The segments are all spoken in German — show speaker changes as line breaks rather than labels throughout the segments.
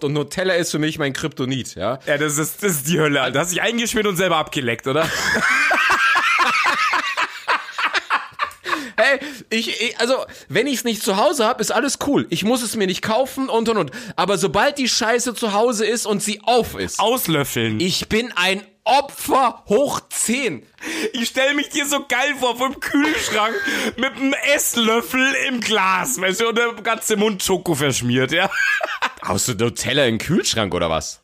Und Nutella ist für mich mein Kryptonit, ja.
Ja, das ist, das ist die Hölle, Alter. Hast dich eingeschmiert und selber abgeleckt, oder?
Hey, ich, ich also, wenn ich es nicht zu Hause habe, ist alles cool. Ich muss es mir nicht kaufen und und und. Aber sobald die Scheiße zu Hause ist und sie auf ist,
Auslöffeln. Ich,
ich bin ein Opfer hoch 10.
ich stelle mich dir so geil vor, vom Kühlschrank mit einem Esslöffel im Glas, weißt du, und der ganze Mund Schoko verschmiert, ja?
Haust du Nutella in den Kühlschrank oder was?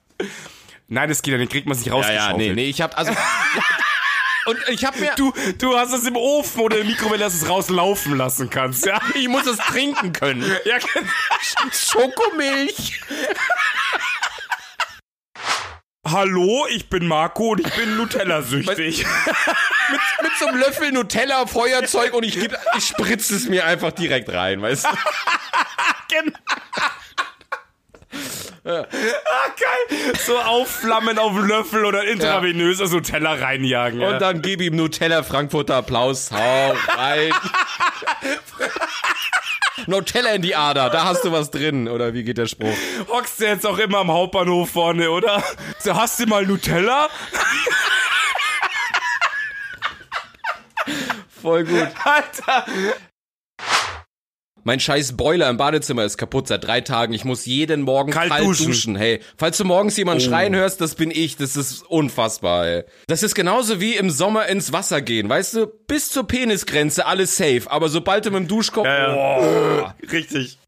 Nein, das geht ja nicht, kriegt man sich
Ja,
rausgeschaufelt.
ja, nee, nee, ich hab, also. und ich hab mir.
Du, du hast es im Ofen oder im Mikrowelle, dass du es rauslaufen lassen kannst, ja?
ich muss es trinken können.
Ja, genau.
Schokomilch.
Hallo, ich bin Marco und ich bin Nutella-süchtig.
Mit so einem Löffel Nutella, Feuerzeug und ich, geb- ich spritze es mir einfach direkt rein, weißt du?
Genau. Ah, geil. So aufflammen auf den Löffel oder intravenös das Nutella reinjagen.
Und dann gib ihm Nutella Frankfurter Applaus. Hau rein. Nutella in die Ader, da hast du was drin, oder wie geht der Spruch?
hockst du jetzt auch immer am Hauptbahnhof vorne, oder? So, hast du mal Nutella?
Voll gut.
Alter.
Mein scheiß Boiler im Badezimmer ist kaputt seit drei Tagen. Ich muss jeden Morgen kalt,
Kalt
duschen.
duschen.
Hey, falls du morgens jemanden schreien hörst, das bin ich. Das ist unfassbar, ey. Das ist genauso wie im Sommer ins Wasser gehen, weißt du? Bis zur Penisgrenze alles safe. Aber sobald du mit dem Duschkopf...
Boah. Richtig.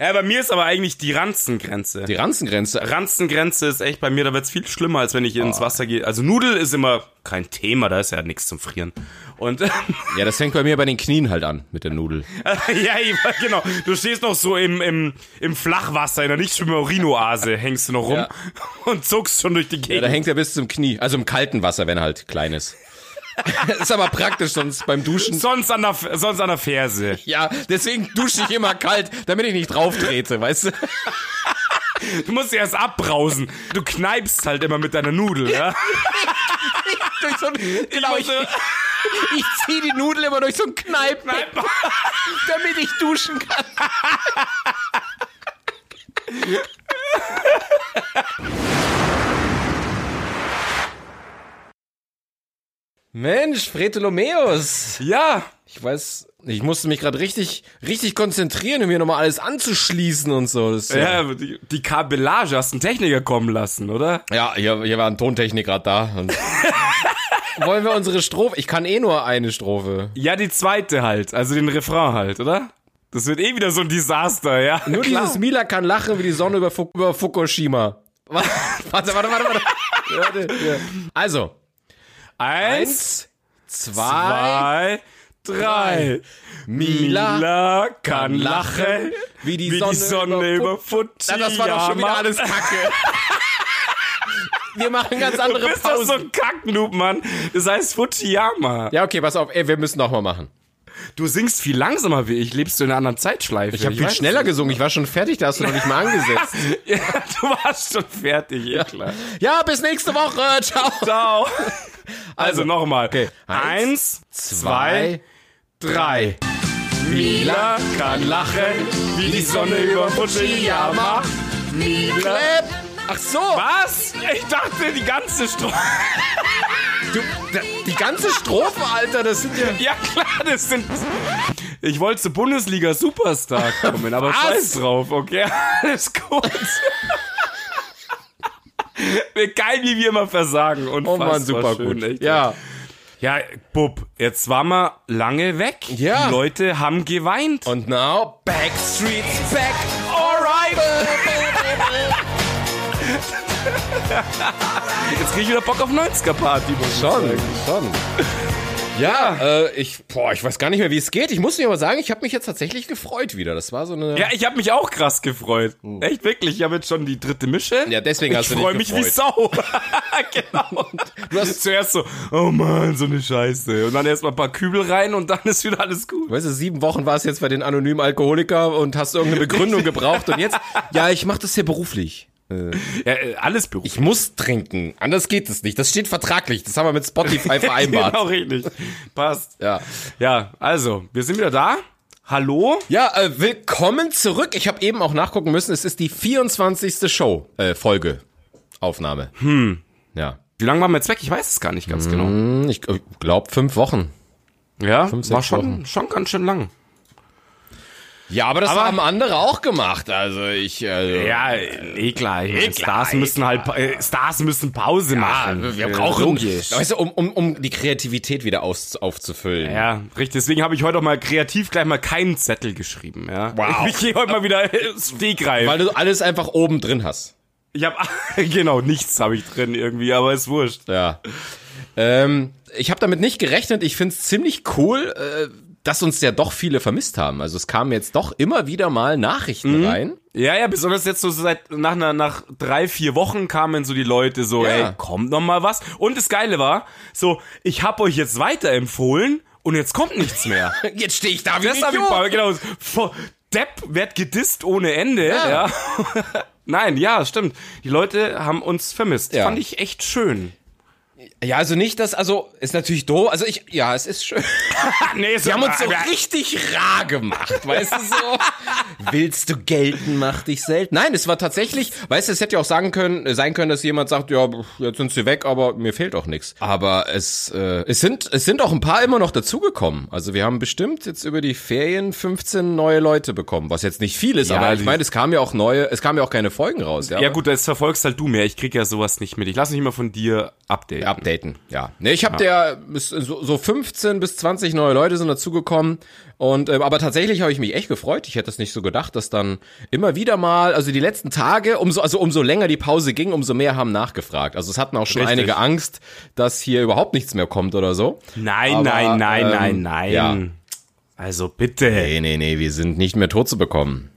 Ja, bei mir ist aber eigentlich die Ranzengrenze.
Die Ranzengrenze.
Ranzengrenze ist echt bei mir, da wird's viel schlimmer, als wenn ich ins Wasser gehe. Also Nudel ist immer kein Thema, da ist ja nichts zum Frieren. Und
Ja, das fängt bei mir bei den Knien halt an mit der Nudel.
ja, Eva, genau. Du stehst noch so im, im, im Flachwasser, in der nicht Orinoase hängst du noch rum
Ja.
und zuckst schon durch die
Ja, da
Gegend.
hängt er bis zum Knie. Also im kalten Wasser, wenn er halt klein ist. ist aber praktisch, sonst beim Duschen.
sonst, an der, sonst an der Ferse.
Ja, deswegen dusche ich immer kalt, damit ich nicht drauf trete, weißt du?
Du musst sie erst abbrausen. Du kneipst halt immer mit deiner Nudel, ja?
Durch so ein, genau, ich,
muss, äh,
ich zieh die Nudel immer durch so ein Kneipen, damit ich duschen kann. Mensch, Fretolomeus.
Ja.
Ich weiß, ich musste mich gerade richtig, richtig konzentrieren, um hier nochmal alles anzuschließen und so. Das, ist ja,
Ja, die, die Kabellage hast du einen Techniker kommen lassen, oder?
ja hier, hier war ein Tontechnik gerade da. Und wollen wir unsere Strophe? Ich kann eh nur eine Strophe.
Ja, die zweite halt, also den Refrain halt, oder? Das wird eh wieder so ein Desaster, ja?
Nur
Klar.
dieses Mila kann lachen wie die Sonne über, Fu über Fukushima. Warte, warte, warte, warte. warte. Ja. Also,
Eins,
eins, zwei,
zwei, drei.
Mila,
Mila kann
kann lachen
lachen
wie die
wie
Sonne,
die Sonne
über
über Fuji.
Na, das war doch schon wieder alles Kacke. wir machen ganz
Du
andere
bist doch
Pausen.
so ein Kacknoob, Mann. Das heißt Fujiyama.
Ja, okay, pass auf, ey, wir müssen nochmal machen.
Du singst viel langsamer wie ich. Lebst du in einer anderen Zeitschleife?
Ich habe viel
weiß
schneller
es nicht.
gesungen, ich war schon fertig, da hast du noch nicht mal angesetzt.
Ja, du warst schon fertig, ja klar.
Ja, bis nächste Woche, ciao.
Ciao. Also nochmal.
Okay.
Eins, zwei, drei. Mila kann lachen, wie die Sonne über Fujiyama. Mila.
Clap. Ach so,
Was? Ich dachte, die ganze Strophe.
du, da, die ganze Strophe, Alter, das sind ja...
Ja klar, das sind... Ich wollte zu Bundesliga Superstar kommen, aber scheiß drauf, okay? Alles gut. Geil, wie wir immer versagen. Und
Oh Mann, super gut.
Echt,
ja.
Ja, Bub, jetzt waren wir lange weg.
Ja.
Die Leute haben geweint.
Und now, Backstreet's back.
Alright. Jetzt krieg ich wieder Bock auf 90er-Party. muss ich
Schon,
sagen.
schon. Ja, äh, ich, boah, ich weiß gar nicht mehr, wie es geht. Ich muss dir aber sagen, ich habe mich jetzt tatsächlich gefreut wieder. Das war so eine...
Ja, ich habe mich auch krass gefreut. Echt, wirklich. Ich habe jetzt schon die dritte Mische.
Hm. Ja, deswegen hast
ich
du dich
freue mich wie
gefreut.
Sau. genau.
Du hast-
zuerst so, oh Mann, so eine Scheiße. Und dann erst mal ein paar Kübel rein und dann ist wieder alles gut.
Weißt du, sieben Wochen war es jetzt bei den anonymen Alkoholiker und hast irgendeine Begründung gebraucht und jetzt, ja, ich mache das hier beruflich.
Ja, äh, alles beruflich.
Ich muss trinken, anders geht es nicht. Das steht vertraglich, das haben wir mit Spotify vereinbart.
Genau, richtig. Passt.
Ja.
Ja, also, wir sind wieder da. Hallo?
Ja, äh, willkommen zurück. Ich habe eben auch nachgucken müssen, es ist die 24. Show, äh, Folge, Aufnahme. Hm. Ja.
Wie lange waren wir jetzt weg? Ich weiß es gar nicht ganz genau.
Hm, Ich äh, glaub fünf Wochen.
Ja, war
sechs
schon, schon ganz schön lang.
Ja, aber das
Aber-
haben andere auch gemacht. Also ich, äh,
Ja, eh klar. Ich meine, Stars müssen halt, pa- äh, Stars müssen Pause machen.
wir
Äh,
brauchen,
logisch.
weißt du, um, um, um die Kreativität wieder aus, aufzufüllen.
Ja, richtig. Deswegen habe ich heute auch mal kreativ gleich mal keinen Zettel geschrieben. Ja.
Wow.
Ich gehe heute mal wieder ins Stegreif.
Weil du alles einfach oben drin hast.
Ich habe genau nichts habe ich drin irgendwie, aber ist wurscht.
Ja. Ähm, ich habe damit nicht gerechnet. Ich find's ziemlich cool, äh, dass uns ja doch viele vermisst haben. Also es kamen jetzt doch immer wieder mal Nachrichten rein.
Ja, ja, besonders jetzt so seit nach einer, nach drei, vier Wochen kamen so die Leute so,
Ja.
ey, kommt noch mal was. Und das Geile war, so, ich hab euch jetzt weiterempfohlen und jetzt kommt nichts mehr.
Jetzt stehe ich da wie
das hab ich mal, genau. Vor Depp werd gedisst ohne Ende. Ja.
Ja.
Nein, ja, stimmt. Die Leute haben uns vermisst.
Ja.
Fand ich echt schön.
Ja, also nicht das, also ist natürlich doof. Also ich, ja, es ist schön.
nee,
Die haben uns so richtig rar gemacht, weißt du so. Willst du gelten, mach dich selten. Nein, es war tatsächlich, weißt du, es hätte ja auch sagen können, äh, sein können, dass jemand sagt, ja, pf, jetzt sind sie weg, aber mir fehlt auch nichts. Aber es, äh, es sind, es sind auch ein paar immer noch dazugekommen. Also wir haben bestimmt jetzt über die Ferien 15 neue Leute bekommen, was jetzt nicht viel ist,
Ja,
aber ich
die-
meine, es kamen ja auch neue, es kamen ja auch keine Folgen raus, ja.
Ja gut, das verfolgst halt du mehr. Ich krieg ja sowas nicht mit. Ich lass mich immer von dir updaten.
Updaten, ja. Nee, ich habe ja. der so, so 15 bis 20 neue Leute sind dazugekommen und ähm, aber tatsächlich habe ich mich echt gefreut. Ich hätte das nicht so gedacht, dass dann immer wieder mal, also die letzten Tage, umso also umso länger die Pause ging, umso mehr haben nachgefragt. Also es hatten auch schon
Richtig.
einige Angst, dass hier überhaupt nichts mehr kommt oder so.
Nein,
Aber,
nein, nein,
ähm,
nein, nein.
ja.
Also bitte.
Nee, nee, nee, wir sind nicht mehr tot zu bekommen.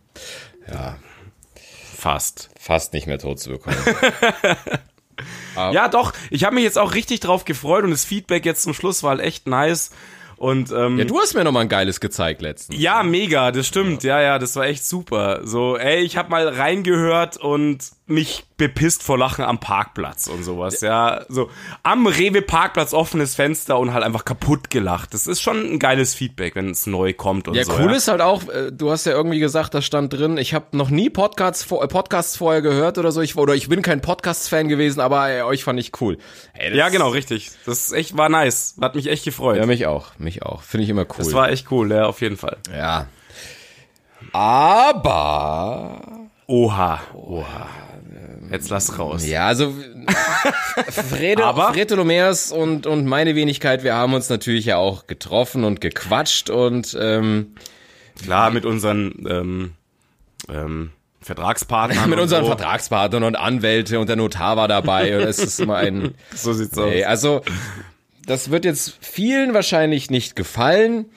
Fast.
Fast nicht mehr tot zu bekommen.
Ja, doch. Ich habe mich jetzt auch richtig drauf gefreut und das Feedback jetzt zum Schluss war halt echt nice. Und ähm,
ja, du hast mir noch mal ein geiles gezeigt letztens.
ja, mega, das stimmt. Ja. ja, das war echt super. So, ey, ich habe mal reingehört und mich bepisst vor Lachen am Parkplatz und sowas. Ja, so am Rewe Parkplatz offenes Fenster und halt einfach kaputt gelacht. Das ist schon ein geiles Feedback, wenn es neu kommt und
Ja,
so.
cool ist halt auch, äh, du hast ja irgendwie gesagt, da stand drin, ich habe noch nie Podcasts, vor- äh, Podcasts vorher gehört oder so, ich, oder ich bin kein Podcast-Fan gewesen, aber äh, euch fand ich cool. Ey, das-
Ja, genau, richtig. Das ist echt war nice. Hat mich echt gefreut.
Ja, mich auch, mich auch. Finde ich immer cool.
Das war echt cool, ja, auf jeden Fall.
ja. Aber
Oha. Oha. Jetzt lass raus.
Ja, also Fredo,
Aber-
Fredo Lomeers und, und meine Wenigkeit, wir haben uns natürlich ja auch getroffen und gequatscht und ähm,
Klar, mit unseren ähm, ähm, Vertragspartnern.
mit
und
unseren
so.
Vertragspartnern und Anwälte und der Notar war dabei und es ist immer ein
So sieht's aus.
Ey, also, das wird jetzt vielen wahrscheinlich nicht gefallen.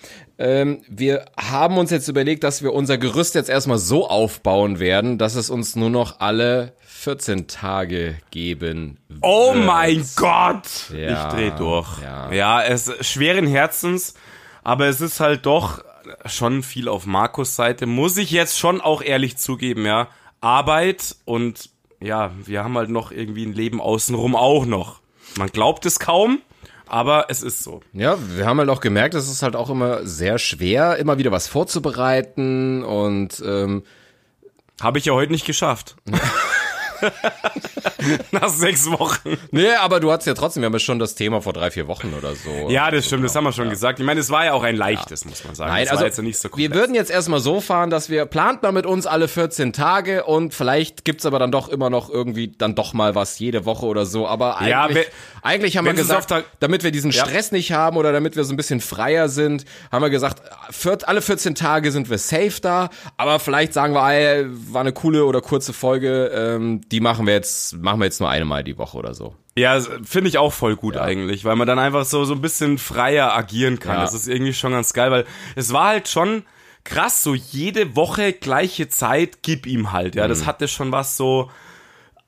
Ähm, wir haben uns jetzt überlegt, dass wir unser Gerüst jetzt erstmal so aufbauen werden, dass es uns nur noch alle 14 Tage geben wird.
Oh mein Gott!
Ja,
ich dreh durch.
ja.
es schweren Herzens, aber es ist halt doch schon viel auf Markus Seite, muss ich jetzt schon auch ehrlich zugeben, ja. Arbeit und ja, wir haben halt noch irgendwie ein Leben außenrum auch noch. Man glaubt es kaum, aber es ist so.
Ja, wir haben halt auch gemerkt, es ist halt auch immer sehr schwer, immer wieder was vorzubereiten und ähm,
Habe ich ja heute nicht geschafft. Nach sechs Wochen.
nee, aber du hattest ja trotzdem, wir haben ja schon das Thema vor drei, vier Wochen oder so.
Ja, das stimmt, das haben wir schon gesagt. Ich meine, es war ja auch ein leichtes, muss man sagen.
Nein,
das
also
war jetzt ja nicht so
wir
komplex.
würden jetzt erstmal so fahren, dass wir plant mal mit uns alle 14 Tage und vielleicht gibt's aber dann doch immer noch irgendwie dann doch mal was jede Woche oder so. Aber eigentlich,
Ja,
eigentlich haben wir
wenn's
gesagt,
auf der-
damit wir diesen
Ja.
Stress nicht haben oder damit wir so ein bisschen freier sind, haben wir gesagt, vier- alle 14 Tage sind wir safe da. Aber vielleicht sagen wir, ey, war eine coole oder kurze Folge, ähm, die machen wir jetzt, machen wir jetzt nur einmal die Woche oder so.
Ja, finde ich auch voll gut eigentlich, weil man dann einfach so, so ein bisschen freier agieren kann.
Ja.
Das ist irgendwie schon ganz geil, weil es war halt schon krass, so jede Woche gleiche Zeit, gib ihm halt, ja. Das hatte schon was so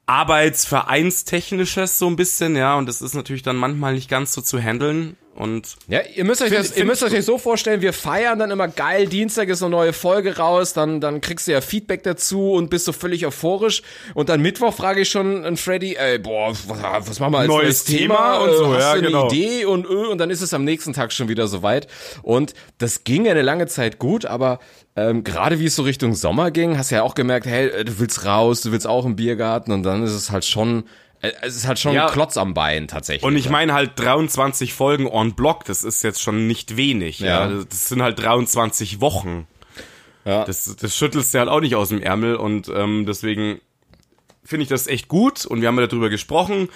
Arbeitsvereinstechnisches so ein bisschen, ja. Und das ist natürlich dann manchmal nicht ganz so zu handeln. Und
Ja, ihr müsst euch, das, ihr
find
müsst euch so vorstellen, wir feiern dann immer geil, Dienstag ist eine neue Folge raus, dann, dann kriegst du ja Feedback dazu und bist so völlig euphorisch. Und dann Mittwoch frage ich schon an Freddy, ey, boah, was, was machen wir als
Neues Thema und
Äh,
so,
hast
ja,
du eine
genau.
Idee und ö, und dann ist es am nächsten Tag schon wieder soweit. Und das ging ja eine lange Zeit gut, aber ähm, gerade wie es so Richtung Sommer ging, hast du ja auch gemerkt, hey, äh, du willst raus, du willst auch im Biergarten und dann ist es halt schon, äh, es ist halt schon
Ja.
ein Klotz am Bein tatsächlich.
Und ich meine halt 23 Folgen on Block, das ist jetzt schon nicht wenig. Ja.
Ja.
Das sind halt 23 Wochen.
Ja.
Das, das schüttelst du halt auch nicht aus dem Ärmel und ähm, deswegen finde ich das echt gut und wir haben ja darüber gesprochen.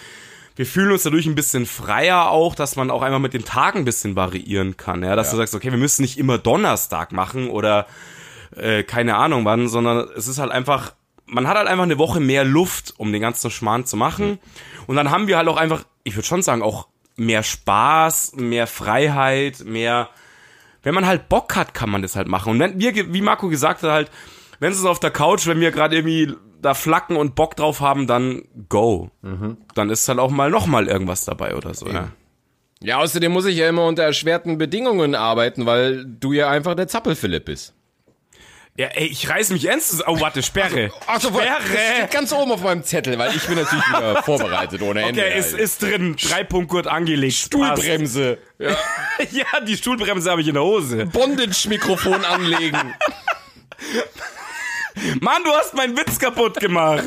Wir fühlen uns dadurch ein bisschen freier auch, dass man auch einmal mit den Tagen ein bisschen variieren kann. Ja, dass du sagst, okay, wir müssen nicht immer Donnerstag machen oder äh, keine Ahnung wann, sondern es ist halt einfach, man hat halt einfach eine Woche mehr Luft, um den ganzen Schmarrn zu machen.
Mhm.
Und dann haben wir halt auch einfach, ich würde schon sagen, auch mehr Spaß, mehr Freiheit, mehr, wenn man halt Bock hat, kann man das halt machen. Und wenn wir, ge- wie Marco gesagt hat, halt, wenn es auf der Couch, wenn wir gerade irgendwie da flacken und Bock drauf haben, dann go.
Mhm.
Dann ist halt auch mal nochmal irgendwas dabei oder so. Ja.
Ja, außerdem muss ich ja immer unter erschwerten Bedingungen arbeiten, weil du ja einfach der Zappelphilipp bist.
ja, ey, ich reiß mich ernsthaft. Oh, warte, Sperre.
das
Sperre!
steht ganz oben auf meinem Zettel, weil ich bin natürlich wieder vorbereitet ohne Ende.
Okay, ist,
Alter.
ist drin. Drei Punkt gut angelegt.
Stuhlbremse,
Passt. Ja, die Stuhlbremse habe ich in der Hose.
Bondage-Mikrofon anlegen.
Mann, du hast meinen Witz kaputt gemacht.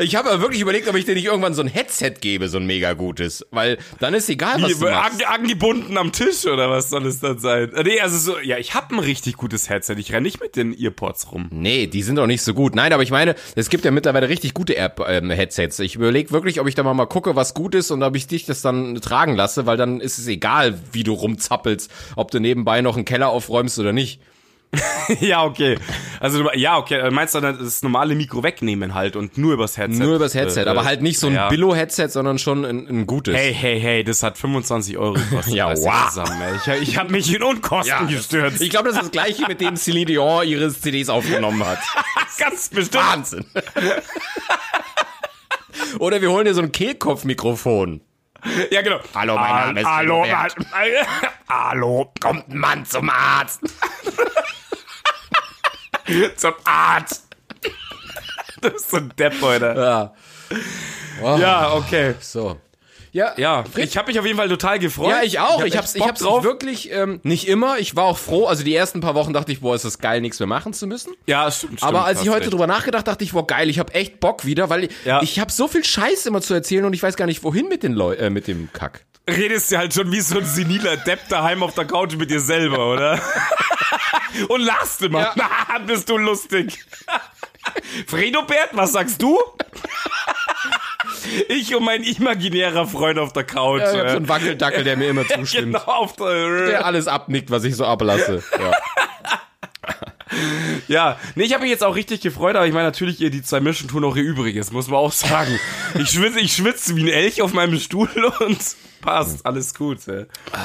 Ich habe aber wirklich überlegt, ob ich dir nicht irgendwann so ein Headset gebe, so ein mega gutes, weil dann ist egal, was
Die,
du machst.
ange, angebunden am Tisch oder was soll es dann sein? Äh, Nee, also so, ja, ich hab ein richtig gutes Headset. Ich renn nicht mit den Earpods rum.
Nee, die sind doch nicht so gut. Nein, aber ich meine, es gibt ja mittlerweile richtig gute App-Headsets. ich überlege wirklich, ob ich da mal, mal gucke, was gut ist und ob ich dich das dann tragen lasse, weil dann ist es egal, wie du rumzappelst, ob du nebenbei noch einen Keller aufräumst oder nicht.
ja, okay. Also du- ja, okay. äh, Meinst du dann das normale Mikro wegnehmen halt und nur übers Headset?
Nur übers Headset,
Äh,
aber
äh,
halt nicht so ein
ja.
Billo-Headset, sondern schon ein, ein gutes.
Hey, hey, hey, das hat 25 Euro gekostet.
Ja,
Alles
wow.
Zusammen, ey. ich, ich hab mich in Unkosten gestürzt.
Ich glaube, das ist das gleiche, mit dem Celine Dion ihre CDs aufgenommen hat.
ganz bestimmt.
Wahnsinn. Oder wir holen dir so ein Kehlkopfmikrofon.
Ja, genau.
Hallo, mein
Ah,
Name ist
Hallo,
Robert.
ah, Hallo, komm
Kommt ein Mann zum Arzt.
zum Arzt. Du bist so ein Depp, Alter.
Ja. Oh,
Ja, okay.
So. Ja,
Ja, ich habe mich auf jeden Fall total gefreut.
Ja, ich auch. Ich, hab's,
echt
ich
Bock
hab's wirklich ähm, nicht immer. Ich war auch froh. Also die ersten paar Wochen dachte ich, boah, ist das geil, nichts mehr machen zu müssen.
Ja, stimmt.
Aber
stimmt,
als ich
hast
heute
recht.
drüber nachgedacht, dachte ich, boah, geil, ich habe echt Bock wieder, weil
Ja.
ich habe so viel Scheiß immer zu erzählen und ich weiß gar nicht, wohin mit den Leu äh, mit dem Kack.
redest du halt schon wie so ein seniler Depp daheim auf der Couch mit dir selber, oder? Und lachst immer.
Ja.
Na, bist du lustig. Fredo Bert, was sagst du? Ich und mein imaginärer Freund auf der Couch.
Ich hab
äh.
so einen Wackeldackel, der mir immer zustimmt.
genau, auf der,
Der alles abnickt, was ich so ablasse. Ja.
Ja, nee, ich habe mich jetzt auch richtig gefreut, aber ich meine natürlich, ihr, die zwei Mischen tun auch ihr Übriges, muss man auch sagen. ich schwitze ich schwitze wie ein Elch auf meinem Stuhl und passt, alles gut. Ey.
Ah.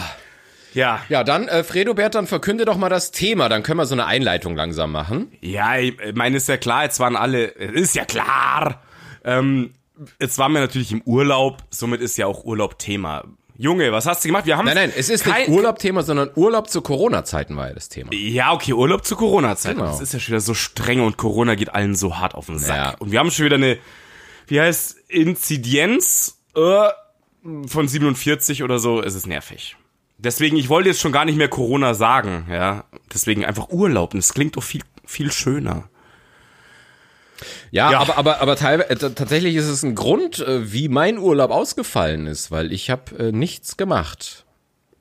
Ja,
ja, dann, äh, Fredo Bert, dann verkünde doch mal das Thema, dann können wir so eine Einleitung langsam machen.
ja, ich meine, ist ja klar, jetzt waren alle, ist ja klar. Ähm, jetzt waren wir natürlich im Urlaub, somit ist ja auch Urlaub Thema. Junge, was hast du gemacht? Wir haben
Nein, nein, es ist nicht
kein-
Urlaub-Thema, sondern Urlaub zu Corona-Zeiten war ja das Thema.
Ja, okay, Urlaub zu Corona-Zeiten.
Genau.
Das ist ja schon wieder so streng und Corona geht allen so hart auf den Sack.
Ja.
Und wir haben schon wieder eine, wie heißt, Inzidenz äh, von 47 oder so. Es ist nervig. Deswegen, ich wollte jetzt schon gar nicht mehr Corona sagen, ja. Deswegen einfach Urlaub. Und es klingt doch viel, viel schöner.
Ja,
Ja.
aber aber aber teilweise äh, t- tatsächlich ist es ein Grund, äh, wie mein Urlaub ausgefallen ist, weil ich habe äh, nichts gemacht.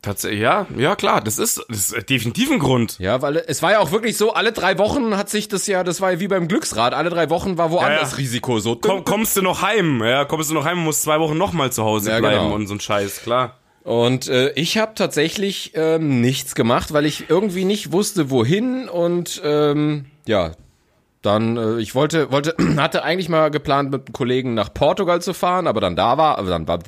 Tatsächlich, ja, ja klar, das ist, das ist definitiv ein Grund.
Ja, weil äh, es war ja auch wirklich so, alle drei Wochen hat sich das ja, das war ja wie beim Glücksrad, alle drei Wochen war woanders
Ja, ja.
Risiko so.
Komm, kommst du noch heim, ja, kommst du noch heim und musst zwei Wochen nochmal zu Hause
Ja,
bleiben
genau.
und so ein Scheiß, klar.
Und äh, ich habe tatsächlich ähm, nichts gemacht, weil ich irgendwie nicht wusste, wohin und ähm, ja, dann äh, ich wollte wollte hatte eigentlich mal geplant mit einem Kollegen nach Portugal zu fahren, aber dann da war, aber dann war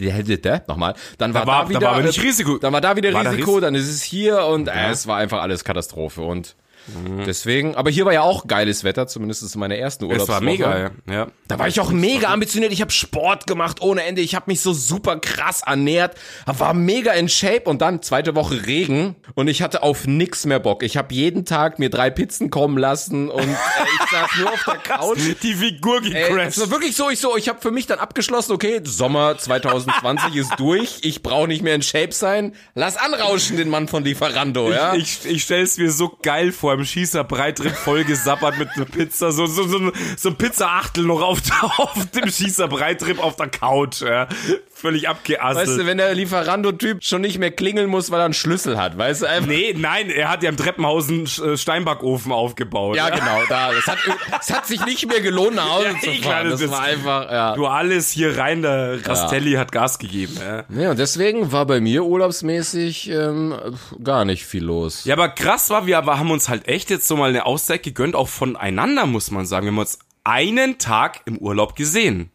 nochmal, dann war da,
war- da
wieder
war aber
äh,
nicht Risiko.
dann war da wieder
War da
Risiko,
Ris-
dann ist es hier und äh, es war einfach alles Katastrophe und
Mhm.
Deswegen, aber hier war ja auch geiles Wetter, zumindest in meiner ersten
Es
Urlaubswoche.
war mega, ja. ja.
Da war ich auch mega ambitioniert. Ich habe Sport gemacht ohne Ende. Ich habe mich so super krass ernährt, war mega in Shape und dann zweite Woche Regen und ich hatte auf nix mehr Bock. Ich habe jeden Tag mir drei Pizzen kommen lassen und äh, ich saß nur auf der Couch.
Die Figur
Ey,
gecrashed.
so wirklich so, ich so, ich habe für mich dann abgeschlossen, okay, Sommer 2020 ist durch, ich brauche nicht mehr in Shape sein. Lass anrauschen den Mann von Lieferando, ja?
Ich, ich stelle es mir so geil vor, im Schießer breit drin voll gesappert mit einer Pizza, so, so, so, so ein Pizza-Achtel noch auf, der- auf dem Schießer breit drin auf der Couch, ja. Völlig abgeasselt.
weißt du, wenn der Lieferando-Typ schon nicht mehr klingeln muss, weil er einen Schlüssel hat, weißt du, einfach
Nee, nein, er hat ja im Treppenhaus einen Sch- äh, Steinbackofen aufgebaut.
Ja, genau, da. Es hat, es hat sich nicht mehr gelohnt, nach Hause
Ja,
zu
ich
fahren.
weiß
Das
es.
war einfach, ja.
Du alles hier rein, der Rastelli hat Gas gegeben. Ja.
Nee, und deswegen war bei mir urlaubsmäßig ähm, gar nicht viel los.
ja, aber krass war, wir aber haben uns halt echt jetzt so mal eine Auszeit gegönnt, auch voneinander, muss man sagen. Wir haben uns einen Tag im Urlaub gesehen.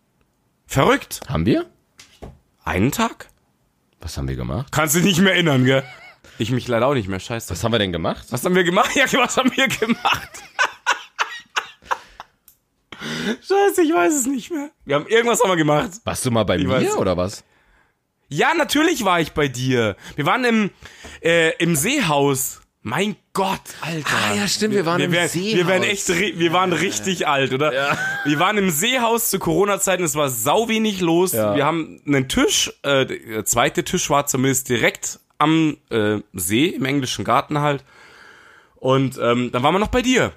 Verrückt.
Haben wir?
Einen Tag?
Was haben wir gemacht?
Kannst du dich nicht mehr erinnern, gell? Ich mich leider auch nicht mehr, scheiße.
Was haben wir denn gemacht?
Was haben wir gemacht? Ja, was haben wir gemacht? scheiße, ich weiß es nicht mehr. Wir haben irgendwas haben wir gemacht.
Warst du mal bei mir
weiß-
oder was?
Ja, natürlich war ich bei dir. Wir waren im, äh, im Seehaus. Mein Gott, Alter.
Ah, ja, stimmt, wir waren im
wären, Wir wären
Seehaus.
echt, ri- wir waren richtig alt, oder? Ja. Wir waren im Seehaus zu Corona-Zeiten, es war sau wenig los.
Ja.
Wir haben einen Tisch, äh, der zweite Tisch war zumindest direkt am äh, See, im englischen Garten halt. Und ähm, dann waren wir noch bei dir.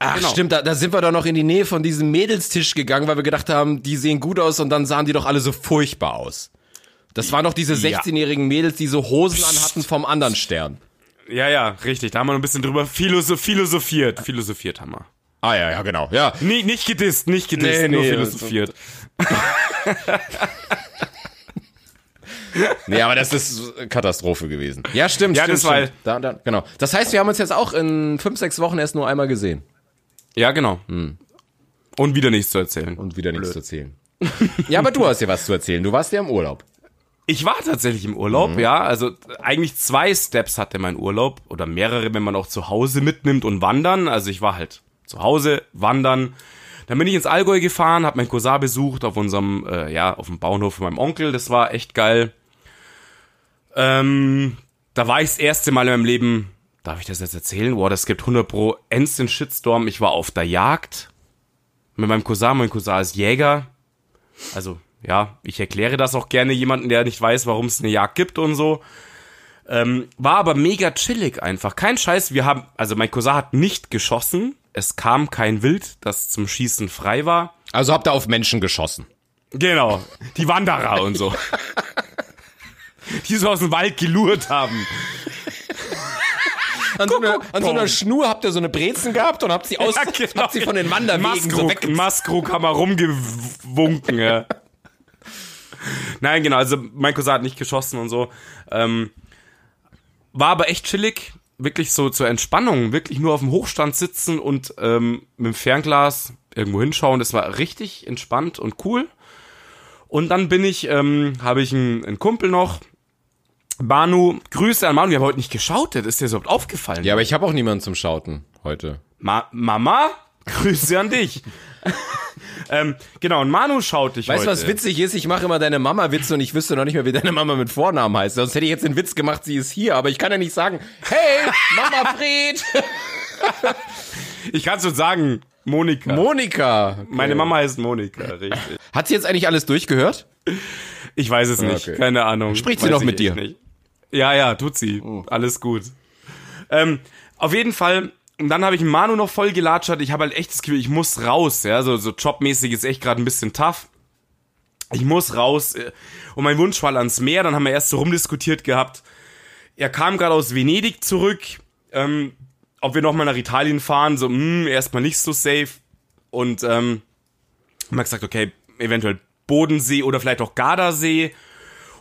Ach,
Genau.
stimmt, da, da sind wir doch noch in die Nähe von diesem Mädelstisch gegangen, weil wir gedacht haben, die sehen gut aus und dann sahen die doch alle so furchtbar aus. Das waren doch diese 16-jährigen Mädels, die so Hosen anhatten vom anderen Stern.
Ja, ja, richtig. Da haben wir noch ein bisschen drüber philosoph philosophiert. Philosophiert haben wir.
Ah ja, ja, genau. Ja,
Nee, nicht gedisst, nicht gedisst,
Nee,
nur
nee, also-
philosophiert.
Nee, aber das ist Katastrophe gewesen. Ja, stimmt.
Ja,
stimmt,
das war-
stimmt. Da, da, genau. Das heißt, wir haben uns jetzt auch in fünf, sechs Wochen erst nur einmal gesehen
Ja, genau.
Hm.
Und wieder nichts zu erzählen.
und wieder nichts zu erzählen. ja, aber du hast ja was zu erzählen. Du warst ja im Urlaub.
Ich war tatsächlich im Urlaub, ja. Also eigentlich zwei Steps hatte mein Urlaub oder mehrere, wenn man auch zu Hause mitnimmt und wandern. Also ich war halt zu Hause, wandern. Dann bin ich ins Allgäu gefahren, habe meinen Cousin besucht auf unserem, äh, ja, auf dem Bauernhof von meinem Onkel. Das war echt geil. Ähm, da war ich das erste Mal in meinem Leben, darf ich das jetzt erzählen? Boah, das gibt 100 pro Ends den Shitstorm. Ich war auf der Jagd mit meinem Cousin. Mein Cousin ist Jäger. Also, ja, ich erkläre das auch gerne jemanden, der nicht weiß, warum es eine Jagd gibt und so. Ähm, war aber mega chillig einfach. Kein Scheiß, wir haben, also mein Cousin hat nicht geschossen. Es kam kein Wild, das zum Schießen frei war.
Also habt ihr auf Menschen geschossen.
Genau, die Wanderer und so. Die so aus dem Wald gelurrt haben.
An, so, einer, an so
Bong.
einer Schnur habt ihr so eine Brezen gehabt und habt sie, aus,
Ja, genau.
habt sie von den Wanderwegen so
Maskrug,
weg.
Maskrug haben wir rumgewunken, ja. Nein, genau, also mein Cousin hat nicht geschossen und so. Ähm, war aber echt chillig, wirklich so zur Entspannung, wirklich nur auf dem Hochstand sitzen und ähm, mit dem Fernglas irgendwo hinschauen. Das war richtig entspannt und cool. Und dann bin ich, ähm, habe ich einen, einen Kumpel noch, Manu, Grüße an Manu, wir haben heute nicht geschaut, das ist dir so überhaupt aufgefallen.
Ja, aber ich habe auch niemanden zum Schauten heute.
Ma Mama, Grüße an dich. ähm, genau, und Manu schaut dich
Weißt du,
heute.
was witzig ist? Ich mache immer deine Mama Witze und ich wüsste noch nicht mehr, wie deine Mama mit Vornamen heißt. Sonst hätte ich jetzt den Witz gemacht, sie ist hier, aber ich kann ja nicht sagen, hey, Mama Fred,
Ich kann schon sagen, Monika.
Monika.
Meine Mama heißt Monika, richtig.
Hat sie jetzt eigentlich alles durchgehört?
Ich weiß es nicht,
okay.
keine Ahnung.
Spricht sie
Weiß
noch
ich
mit
echt
dir? Oh.
Nicht. Ja, ja, tut sie. Alles gut. Ähm, auf jeden Fall, und dann habe ich Manu noch voll gelatschert. Ich habe halt echt das Gefühl, ich muss raus. Ja, so, so jobmäßig ist echt gerade ein bisschen tough. Ich muss raus. äh, Und mein Wunsch war ans Meer. Dann haben wir erst so rumdiskutiert gehabt. Er kam gerade aus Venedig zurück. Ähm, ob wir nochmal nach Italien fahren. So, mh, erstmal nicht so safe. Und ähm, haben wir gesagt, okay, eventuell Bodensee oder vielleicht auch Gardasee.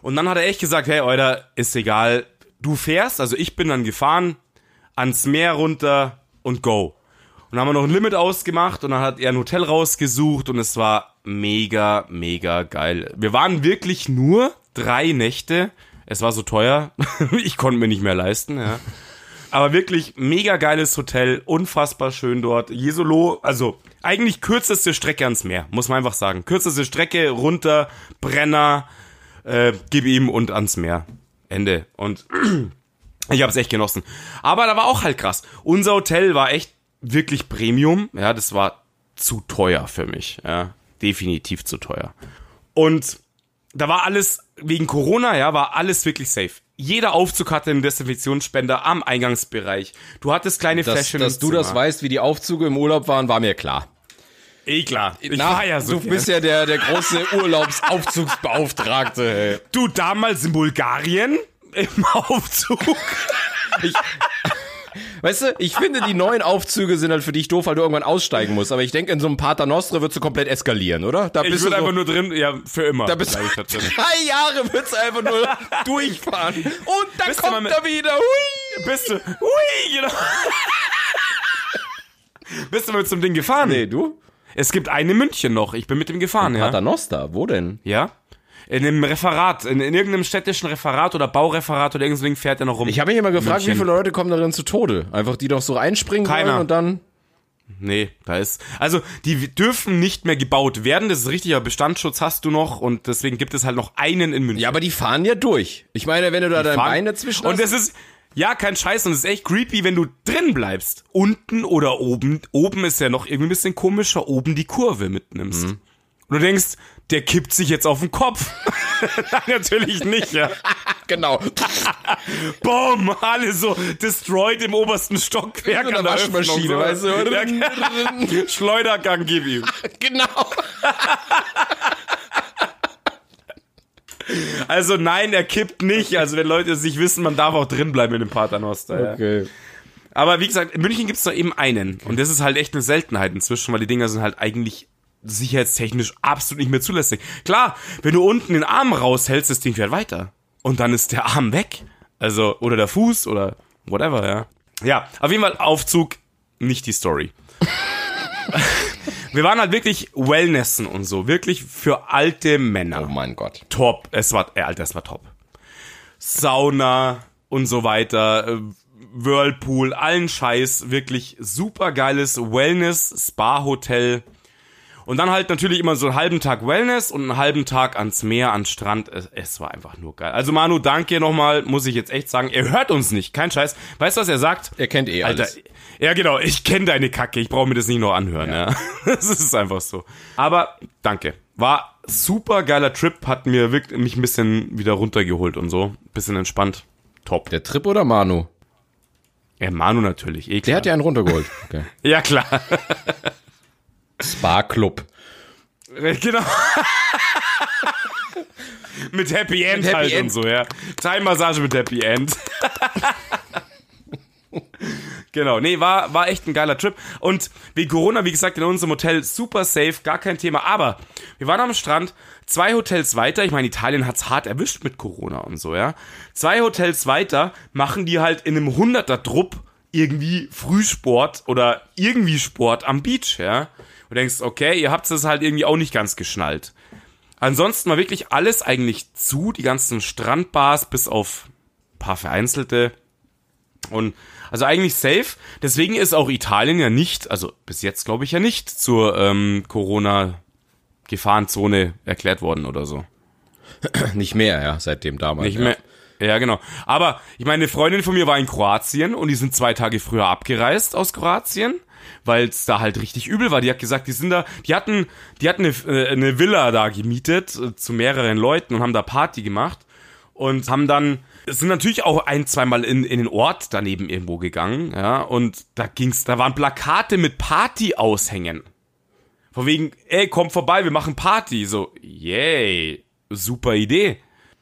Und dann hat er echt gesagt, hey, Euder, ist egal, du fährst, also ich bin dann gefahren, ans Meer runter und go. Und dann haben wir noch ein Limit ausgemacht und dann hat er ein Hotel rausgesucht und es war mega, mega geil. Wir waren wirklich nur drei Nächte. Es war so teuer. Ich konnte mir nicht mehr leisten, ja. Aber wirklich mega geiles Hotel, unfassbar schön dort. Jesolo, also eigentlich kürzeste Strecke ans Meer, muss man einfach sagen. Kürzeste Strecke runter, Brenner, äh, gib ihm und ans Meer. Ende. Und ich habe es echt genossen. Aber da war auch halt krass. Unser Hotel war echt wirklich Premium. Ja, das war zu teuer für mich. Ja, definitiv zu teuer. Und da war alles wegen Corona, ja, war alles wirklich safe. Jeder Aufzug hatte einen Desinfektionsspender am Eingangsbereich. Du hattest kleine
Dass,
Fläschchen.
dass
im
du das
Zimmer.
weißt, wie die Aufzüge im Urlaub waren, war mir klar.
Eh klar. Ich
Na,
war ja so
du bist ja der, der große Urlaubsaufzugsbeauftragte. Ey.
du damals in Bulgarien im Aufzug.
Weißt du, ich finde, die neuen Aufzüge sind halt für dich doof, weil du irgendwann aussteigen musst. Aber ich denke, in so einem Pater Nostre würdest du komplett eskalieren, oder? Da
Ich
bist du
würde
so,
einfach nur drin, ja, für immer.
da bist du
bleib ich da drin.
drei Jahre würdest du einfach nur durchfahren. Und dann
Bist du mal
kommt
mit-
er wieder. Hui!
Bist du. Hui, genau. Bist du mal zum Ding gefahren?
Nee, du?
Es gibt einen in München noch. Ich bin mit dem gefahren, ja.
Pater Noster, wo denn?
Ja? In einem Referat, in, in irgendeinem städtischen Referat oder Baureferat oder irgendein Ding fährt er noch rum.
Ich habe mich immer gefragt,
München.
wie viele Leute kommen darin zu Tode? Einfach die doch so einspringen
Keiner.
wollen und dann.
nee, da ist. Also, die dürfen nicht mehr gebaut werden, das ist richtig, aber Bestandsschutz hast du noch und deswegen gibt es halt noch einen in München.
Ja, aber die fahren ja durch. Ich meine, wenn du da dein
Fahren.
Bein dazwischen
Und
hast-
das ist. Ja, kein Scheiß, und es ist echt creepy, wenn du drin bleibst. Unten oder oben. Oben ist ja noch irgendwie ein bisschen komischer, oben die Kurve mitnimmst.
Mhm.
Und du denkst, der kippt sich jetzt auf den Kopf. Nein, natürlich nicht, ja.
genau.
Boom, alle so destroyed im obersten Stockwerk
So eine
an der
Waschmaschine,
Öffnung, genau, so. genau.
weißt du, oder?
Ja, Schleudergang gib ihm.
genau.
Also nein, er kippt nicht. Also wenn Leute es nicht wissen, man darf auch drin bleiben in dem Paternoster. Ja.
Okay.
Aber wie gesagt, in München gibt's doch eben einen. Und das ist halt echt eine Seltenheit inzwischen, weil die Dinger sind halt eigentlich sicherheitstechnisch absolut nicht mehr zulässig. Klar, wenn du unten den Arm raushältst, das Ding fährt weiter. Und dann ist der Arm weg. Also, oder der Fuß oder whatever, ja. Ja, auf jeden Fall Aufzug, nicht die Story. Wir waren halt wirklich Wellnessen und so, wirklich für alte Männer
Oh mein Gott.
top. Es war, äh, Alter, es war top. Sauna und so weiter, äh, Whirlpool, allen Scheiß, wirklich supergeiles Wellness-Spa-Hotel. Und dann halt natürlich immer so einen halben Tag Wellness und einen halben Tag ans Meer, ans Strand. Es, es war einfach nur geil. Also Manu, danke nochmal, muss ich jetzt echt sagen. Er hört uns nicht, kein Scheiß. Weißt du, was er sagt?
Er kennt eh
Alter,
alles.
ja genau, ich kenne deine Kacke, ich brauche mir das nicht noch anhören. Ja. Das ist einfach so. Aber danke. War super geiler Trip, hat mir wirklich mich ein bisschen wieder runtergeholt und so. Bisschen entspannt. Top.
Der Trip oder Manu?
Ja, Manu natürlich,
Der
eh klar.
hat dir einen runtergeholt. Okay.
ja klar.
Spa Club.
genau. mit Happy End
Happy
halt und
End.
so, ja. Thai-Massage mit Happy End. Genau, nee, war, war echt ein geiler Trip. Und wegen Corona, wie gesagt, in unserem Hotel super safe, gar kein Thema. Aber wir waren am Strand, zwei Hotels weiter, ich meine, Italien hat's hart erwischt mit Corona und so, ja. Zwei Hotels weiter machen die halt in einem 100er-Drupp irgendwie Frühsport oder irgendwie Sport am Beach, ja. Und denkst, okay, ihr habt's das halt irgendwie auch nicht ganz geschnallt. Ansonsten war wirklich alles eigentlich zu, die ganzen Strandbars bis auf ein paar vereinzelte. Und also eigentlich safe. Deswegen ist auch Italien ja nicht, also bis jetzt glaube ich ja nicht zur ähm, Corona-Gefahrenzone erklärt worden oder so.
Nicht mehr, ja, seitdem damals.
Nicht mehr. Ja, genau. Aber ich meine, eine Freundin von mir war in Kroatien und die sind zwei Tage früher abgereist aus Kroatien, weil es da halt richtig übel war. Die hat gesagt, die sind da, die hatten, die hatten eine, äh, eine Villa da gemietet äh, zu mehreren Leuten und haben da Party gemacht und haben dann sind natürlich auch ein, zweimal in, in den Ort daneben irgendwo gegangen, ja, und da ging's, da waren Plakate mit Party aushängen. Von wegen, ey, komm vorbei, wir machen Party. So, yay, super Idee.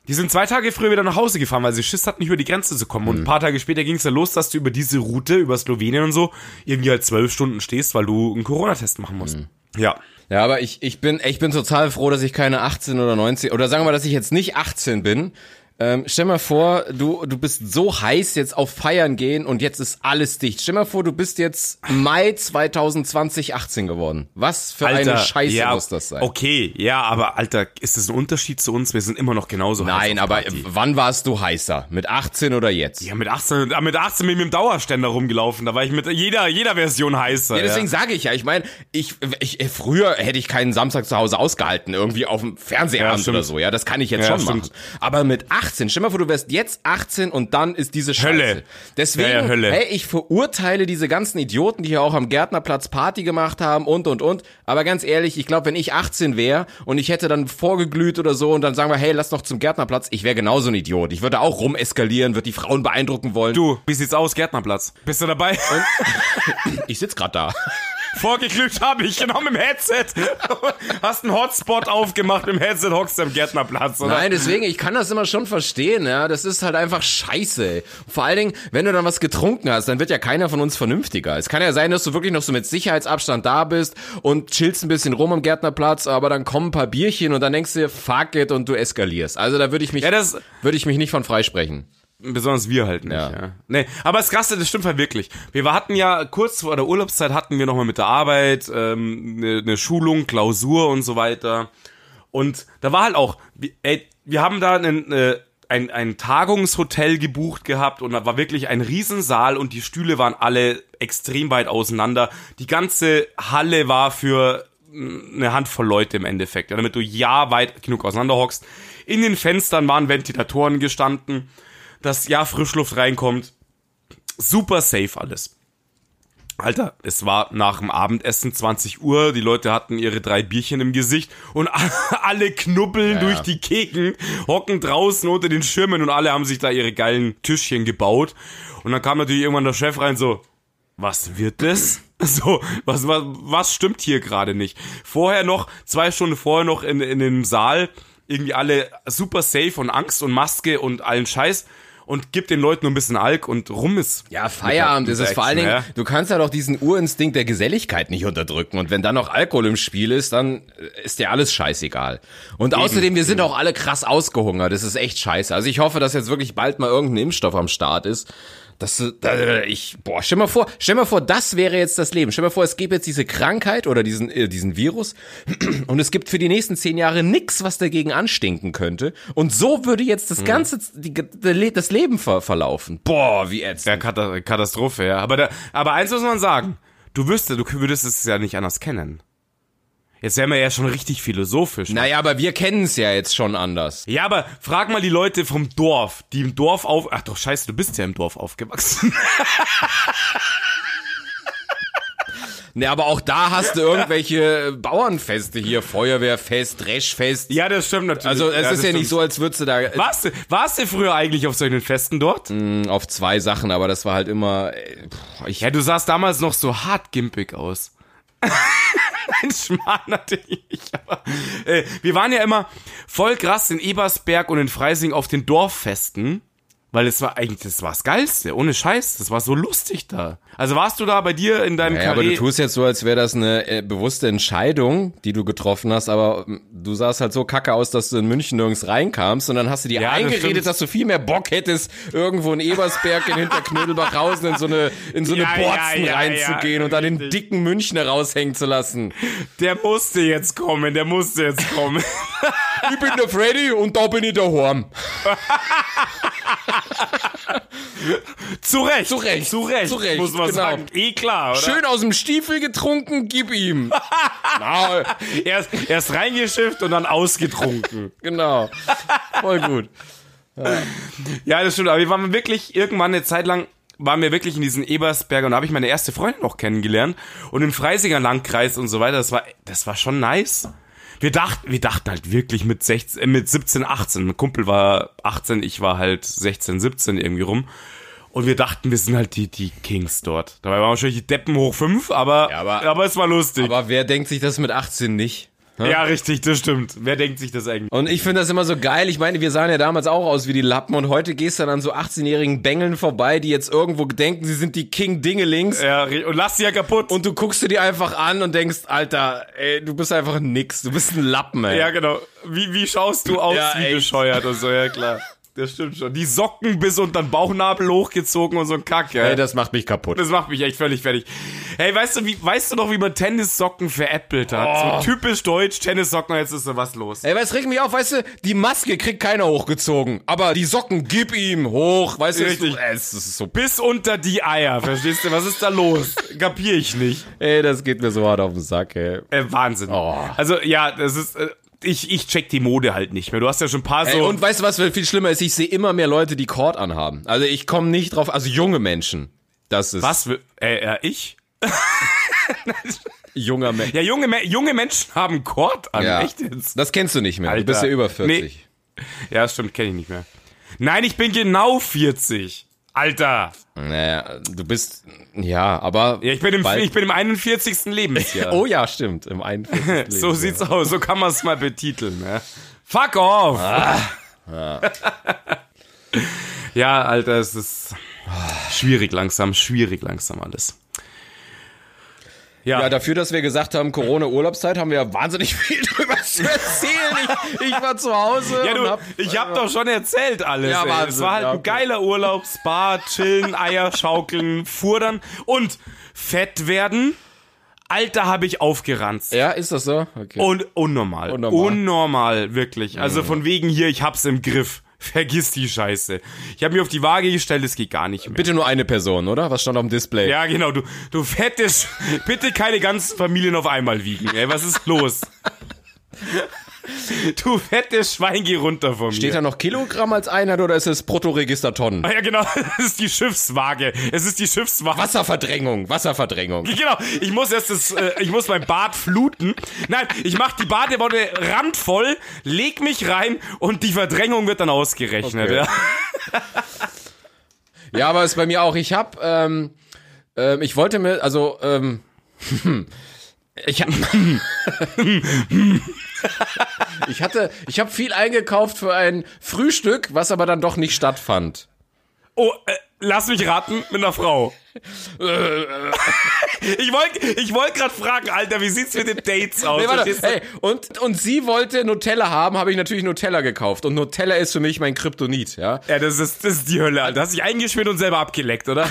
Die sind zwei Tage früher wieder nach Hause gefahren, weil sie Schiss hatten, nicht über die Grenze zu kommen.
Mhm.
Und ein paar Tage später ging es ja los, dass du über diese Route, über Slowenien und so, irgendwie halt zwölf Stunden stehst, weil du einen Corona-Test machen musst.
Mhm.
Ja.
Ja, aber ich, ich bin ich bin total froh, dass ich keine 18 oder 19 oder sagen wir mal, dass ich jetzt nicht 18 bin. Ähm, stell mal vor, du, du bist so heiß jetzt auf Feiern gehen und jetzt ist alles dicht. Stell mal vor, du bist jetzt Mai 2020 18 geworden. Was für eine Scheiße
ja,
muss das sein?
Okay, ja, aber Alter, ist das ein Unterschied zu uns? Wir sind immer noch genauso
Nein,
heiß. auf
aber
also Party.
wann warst du heißer? Mit 18 oder jetzt?
Ja, mit 18, ah, mit 18 bin ich mit dem Dauerständer rumgelaufen. Da war ich mit jeder, jeder Version heißer.
Ja, deswegen sage ich ja, ich meine, ich, ich, äh, früher hätte ich keinen Samstag zu Hause ausgehalten, irgendwie auf dem Fernsehabend
stimmt.
oder so, ja, das kann ich jetzt
Ja,
schon
stimmt.
machen. Aber mit 18, stell mal vor, du wärst jetzt 18 und dann ist diese Scheiße.
Hölle.
Deswegen,
Ja, ja, Hölle.
hey, ich verurteile diese ganzen Idioten, die hier auch am Gärtnerplatz Party gemacht haben und, und, und. Aber ganz ehrlich, ich glaube, wenn ich 18 wäre und ich hätte dann vorgeglüht oder so und dann sagen wir, hey, lass doch zum Gärtnerplatz, ich wäre genauso ein Idiot. Ich würde auch rumeskalieren, würde die Frauen beeindrucken wollen.
Du, wie sieht's aus, Gärtnerplatz? Bist du dabei?
Ich sitz grad da.
Vorgeglüht habe ich, genau mit dem Headset. Hast einen Hotspot aufgemacht mit dem Headset, hockst du am Gärtnerplatz, oder?
Nein, deswegen, ich kann das immer schon verstehen, ja. Das ist halt einfach scheiße. ey. Vor allen Dingen, wenn du dann was getrunken hast, dann wird ja keiner von uns vernünftiger. Es kann ja sein, dass du wirklich noch so mit Sicherheitsabstand da bist und chillst ein bisschen rum am Gärtnerplatz, aber dann kommen ein paar Bierchen und dann denkst du dir, fuck it und du eskalierst. Also da würde ich mich,
Ja, das-
würde ich mich nicht von freisprechen.
Besonders wir halt nicht, ja.
Ja.
Nee, aber das Krasse, das stimmt halt wirklich. Wir hatten ja kurz vor der Urlaubszeit hatten wir nochmal mit der Arbeit ähm, eine eine Schulung, Klausur und so weiter. Und da war halt auch, wie- ey, wir haben da einen, äh, ein, ein Tagungshotel gebucht gehabt und da war wirklich ein Riesensaal und die Stühle waren alle extrem weit auseinander. Die ganze Halle war für mh, eine Handvoll Leute im Endeffekt, ja, damit du ja weit genug auseinander hockst. In den Fenstern waren Ventilatoren gestanden dass ja Frischluft reinkommt. Super safe alles. Alter, es war nach dem Abendessen 20 Uhr, die Leute hatten ihre drei Bierchen im Gesicht und alle
Ja,
knubbeln
ja.
durch die Keken, hocken draußen unter den Schirmen und alle haben sich da ihre geilen Tischchen gebaut. Und dann kam natürlich irgendwann der Chef rein so, was wird das? So, was, was, was stimmt hier gerade nicht? Vorher noch, zwei Stunden vorher noch in, in dem Saal, irgendwie alle super safe und Angst und Maske und allen Scheiß und gibt den Leuten nur ein bisschen Alk und rum ist. ne?
Ja, Feierabend ist es vor allen Dingen.
Ja.
Du kannst ja doch diesen Urinstinkt der Geselligkeit nicht unterdrücken. Und wenn dann noch Alkohol im Spiel ist, dann äh, ist dir alles scheißegal. Und außerdem, wir sind auch alle krass ausgehungert. Das ist echt scheiße. Also ich hoffe, dass jetzt wirklich bald mal irgendein Impfstoff am Start ist. Das, da, ich, boah, stell mal vor, stell mal vor, das wäre jetzt das Leben. Stell mal vor, es gäbe jetzt diese Krankheit oder diesen, äh, diesen Virus und es gibt für die nächsten zehn Jahre nix, was dagegen anstinken könnte. Und so würde jetzt das ganze, die, die, das Leben ver, verlaufen. Boah, wie ätzend.
Ja, Kata- Katastrophe, ja. Aber, da, aber eins muss man sagen, du wüsste, du würdest es ja nicht anders kennen. Jetzt wären wir ja schon richtig philosophisch.
Naja, aber wir kennen es ja jetzt schon anders.
Ja, aber frag mal die Leute vom Dorf, die im Dorf auf... Ach doch, scheiße, du bist ja im Dorf aufgewachsen.
Ne, aber auch da hast du irgendwelche Bauernfeste hier, Feuerwehrfest, Dreschfest.
Ja, das stimmt natürlich.
Also es ist
das
ja nicht
stimmt.
so, als würdest du da äh,
Warst du, warst du früher eigentlich auf solchen Festen dort?
ähm, auf zwei Sachen, aber das war halt immer. äh, pff, Hm, Ich,
Ja, du sahst damals noch so hart gimpig aus. Ein Schmarrn natürlich. Aber, äh, wir waren ja immer voll krass in Ebersberg und in Freising auf den Dorffesten. Weil es war eigentlich, das war das Geilste, ohne Scheiß. Das war so lustig da. Also warst du da bei dir in deinem
ja, aber
Karree-
du tust jetzt so, als wäre das eine äh, bewusste Entscheidung, die du getroffen hast, aber ähm, du sahst halt so kacke aus, dass du in München nirgends reinkamst und dann hast du dir
Ja, das
eingeredet,
stimmt.
dass du viel mehr Bock hättest, irgendwo in Ebersberg in Hinterknödelbachhausen in so eine, in so eine
Ja, ja,
Borzen
ja, ja,
reinzugehen und da den dicken Münchner raushängen zu lassen.
Der musste jetzt kommen, der musste jetzt kommen.
Ich bin der Freddy und da bin ich der Horm.
Zu Recht.
Zu Recht.
Zu Recht.
Zu Recht,
Muss man
genau.
sagen. Eh klar, oder?
Schön aus dem Stiefel getrunken, gib ihm. Na,
Erst, erst reingeschifft und dann ausgetrunken.
genau. Voll gut.
ja, das stimmt. Aber wir waren wirklich irgendwann eine Zeit lang waren wir wirklich in diesen Ebersberger und da habe ich meine erste Freundin noch kennengelernt und im Freisinger Landkreis und so weiter. Das war das war schon nice. Wir dachten, wir dachten halt wirklich mit 16, äh, mit 17, 18. Mein Kumpel war 18, ich war halt 16, 17 irgendwie rum. Und wir dachten, wir sind halt die, die Kings dort. Dabei waren wir schon die Deppen hoch fünf, aber,
Ja,
aber,
aber-
es war lustig.
Aber wer denkt sich das mit 18 nicht?
ja, richtig, das stimmt. Wer denkt sich das eigentlich?
Und ich finde das immer so geil. Ich meine, wir sahen ja damals auch aus wie die Lappen und heute gehst du dann an so 18-jährigen Bengeln vorbei, die jetzt irgendwo denken, sie sind die King Dingelings.
Ja, ri- und lass sie ja kaputt.
Und du guckst dir die einfach an und denkst, Alter, ey, du bist einfach nix. Du bist ein Lappen, ey.
Ja, genau. Wie, wie schaust du aus
Ja,
wie
echt.
bescheuert und so, ja klar. Das stimmt schon. Die Socken bis unter den Bauchnabel hochgezogen und so ein Kack, ja.
Ey, das macht mich kaputt.
Das macht mich echt völlig fertig. Hey, weißt du, wie, weißt du noch, wie man Tennissocken veräppelt hat?
Oh.
So typisch deutsch, Tennissocken, jetzt ist da was los.
Ey, was regt mich auf, weißt du, die Maske kriegt keiner hochgezogen, aber die Socken gib ihm hoch, weißt du,
Richtig.
so- ey, es ist so,
Bis unter die Eier, verstehst du? Was ist da los? Kapier ich nicht.
ey, das geht mir so hart auf den Sack, ey.
Äh, Wahnsinn.
Oh.
Also, ja, das ist, äh, ich, ich check die Mode halt nicht mehr. Du hast ja schon ein paar
Ey,
so.
und weißt du, was viel schlimmer ist? Ich sehe immer mehr Leute, die Cord anhaben. Also ich komme nicht drauf, also junge Menschen. Das ist
was? will- Äh, äh, ich?
junger Mensch.
Ja, junge, Me- junge Menschen haben Kord an. Echt jetzt?
Das kennst du nicht mehr. Du bist
Alter.
ja über
Nee.
40.
Ja, stimmt, kenne ich nicht mehr. Nein, ich bin genau 40. Alter.
Naja, du bist, ja, aber.
Ja, ich bin im,
bald-
ich bin im 41. Lebensjahr.
Oh ja, stimmt, im 41.
so sieht's aus, so kann man es mal betiteln. Ne? Fuck off! ja, Alter, es ist schwierig langsam, schwierig langsam alles. Ja,
Ja, dafür, dass wir gesagt haben, Corona-Urlaubszeit, haben wir ja wahnsinnig viel drüber zu erzählen. Ich, ich war zu Hause
ja
und
du,
hab...
ich hab doch schon erzählt alles.
Ja,
ey. Es
Wahnsinn,
war halt
ja,
ein
okay.
geiler Urlaub, Spa, chillen, Eier schaukeln, furdern und fett werden. Alter, habe ich aufgeranzt.
Ja, ist das so? Okay.
Und unnormal.
Unnormal. Mhm.
Unnormal, wirklich. Also von wegen hier, ich hab's im Griff. Vergiss die Scheiße. Ich habe mir auf die Waage gestellt, es geht gar nicht mehr.
Bitte nur eine Person, oder? Was stand auf dem Display?
Ja, genau, du, du fettes, bitte keine ganzen Familien auf einmal wiegen, ey, was ist los? Du fettes Schwein, geh runter von
Steht
mir.
da noch Kilogramm als Einheit oder ist es Bruttoregister Tonnen?
Ah ja, genau, das ist die Schiffswaage. Es ist die Schiffswaage.
Wasserverdrängung, Wasserverdrängung.
Genau, ich muss erst das, äh, ich muss mein Bad fluten. Nein, ich mach die Badewanne randvoll, leg mich rein und die Verdrängung wird dann ausgerechnet.
Okay.
Ja.
Ja, aber ist bei mir auch. Ich hab, ähm, ähm, ich wollte mir, also, ähm, ich, hab, ich hatte, ich habe viel eingekauft für ein Frühstück, was aber dann doch nicht stattfand.
Oh, äh, lass mich raten, mit einer Frau. ich wollte ich wollt gerade fragen, Alter, wie sieht's mit den Dates aus?
Nee, warte,
Verstehst du?
hey, und, und sie wollte Nutella haben, habe ich natürlich Nutella gekauft. Und Nutella ist für mich mein Kryptonit, ja.
Ja, das ist, das ist die Hölle, Alter. Hast dich eingeschmiert und selber abgeleckt, oder?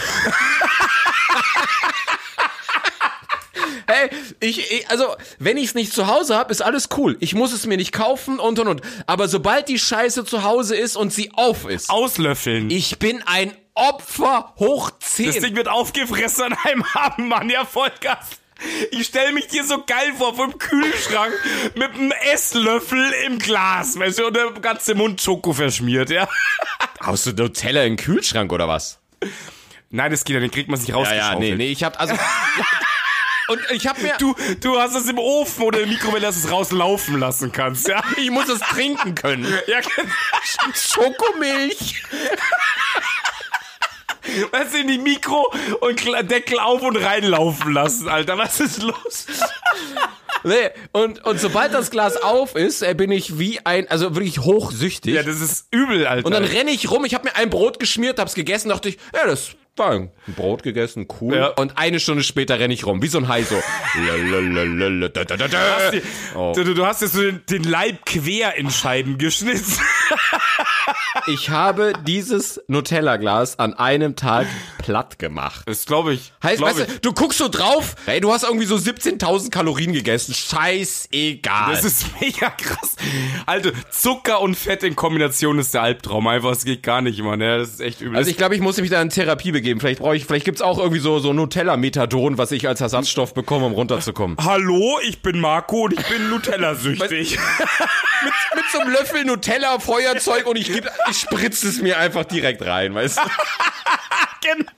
Hey, ich, ich also, wenn ich es nicht zu Hause habe, ist alles cool. Ich muss es mir nicht kaufen und und und. Aber sobald die Scheiße zu Hause ist und sie auf ist,
Auslöffeln.
Ich bin ein Opfer hoch 10.
Das Ding wird aufgefressen an einem Abend, Mann. Ja, Vollgas. Ich stelle mich dir so geil vor, vom Kühlschrank mit einem Esslöffel im Glas, weißt du, und der ganze Mund Schoko verschmiert, ja.
Hast du Nutella im Kühlschrank oder was?
Nein, das geht ja, den kriegt man sich
Ja,
rausgeschaufelt.
ja, nee, nee, ich hab also und ich hab mir
Du, du hast es im Ofen oder im Mikrowelle, dass du es rauslaufen lassen kannst, ja.
ich muss es trinken können.
Ja, genau.
Schokomilch.
Weißt du, in die Mikro und Kla- Deckel auf und reinlaufen lassen, Alter. Was ist los?
Nee, und und sobald das Glas auf ist, äh, bin ich wie ein also wirklich hochsüchtig.
Ja, das ist übel, Alter.
und dann renne ich rum, ich hab mir ein Brot geschmiert, hab's gegessen, dachte ich, ja, das war ein Brot gegessen, cool.
Ja.
Und eine Stunde später renne ich rum, wie so ein Hai so. Lalalala, da, da, da, da.
hast die,
Oh.
du, du- du hast jetzt so den, den Leib quer in Scheiben geschnitzt.
Ich habe dieses Nutella-Glas an einem Tag platt gemacht.
Das glaube ich.
Heißt,
glaub
weißt
ich.
du, du guckst so drauf, ey, du hast irgendwie so 17.000 Kalorien gegessen. Scheißegal.
Das ist mega krass. Alter, Zucker und Fett in Kombination ist der Albtraum. Einfach, es geht gar nicht, Mann. Ja, das ist echt übel.
also ich glaube, ich muss mich da in Therapie begeben. Vielleicht brauche ich, vielleicht gibt's auch irgendwie so so Nutella-Methadon, was ich als Ersatzstoff bekomme, um runterzukommen.
Hallo, ich bin Marco und ich bin Nutella-süchtig.
Mit so einem Löffel Nutella, Feuerzeug und ich, geb, ich spritze es mir einfach direkt rein, weißt du?
Genau.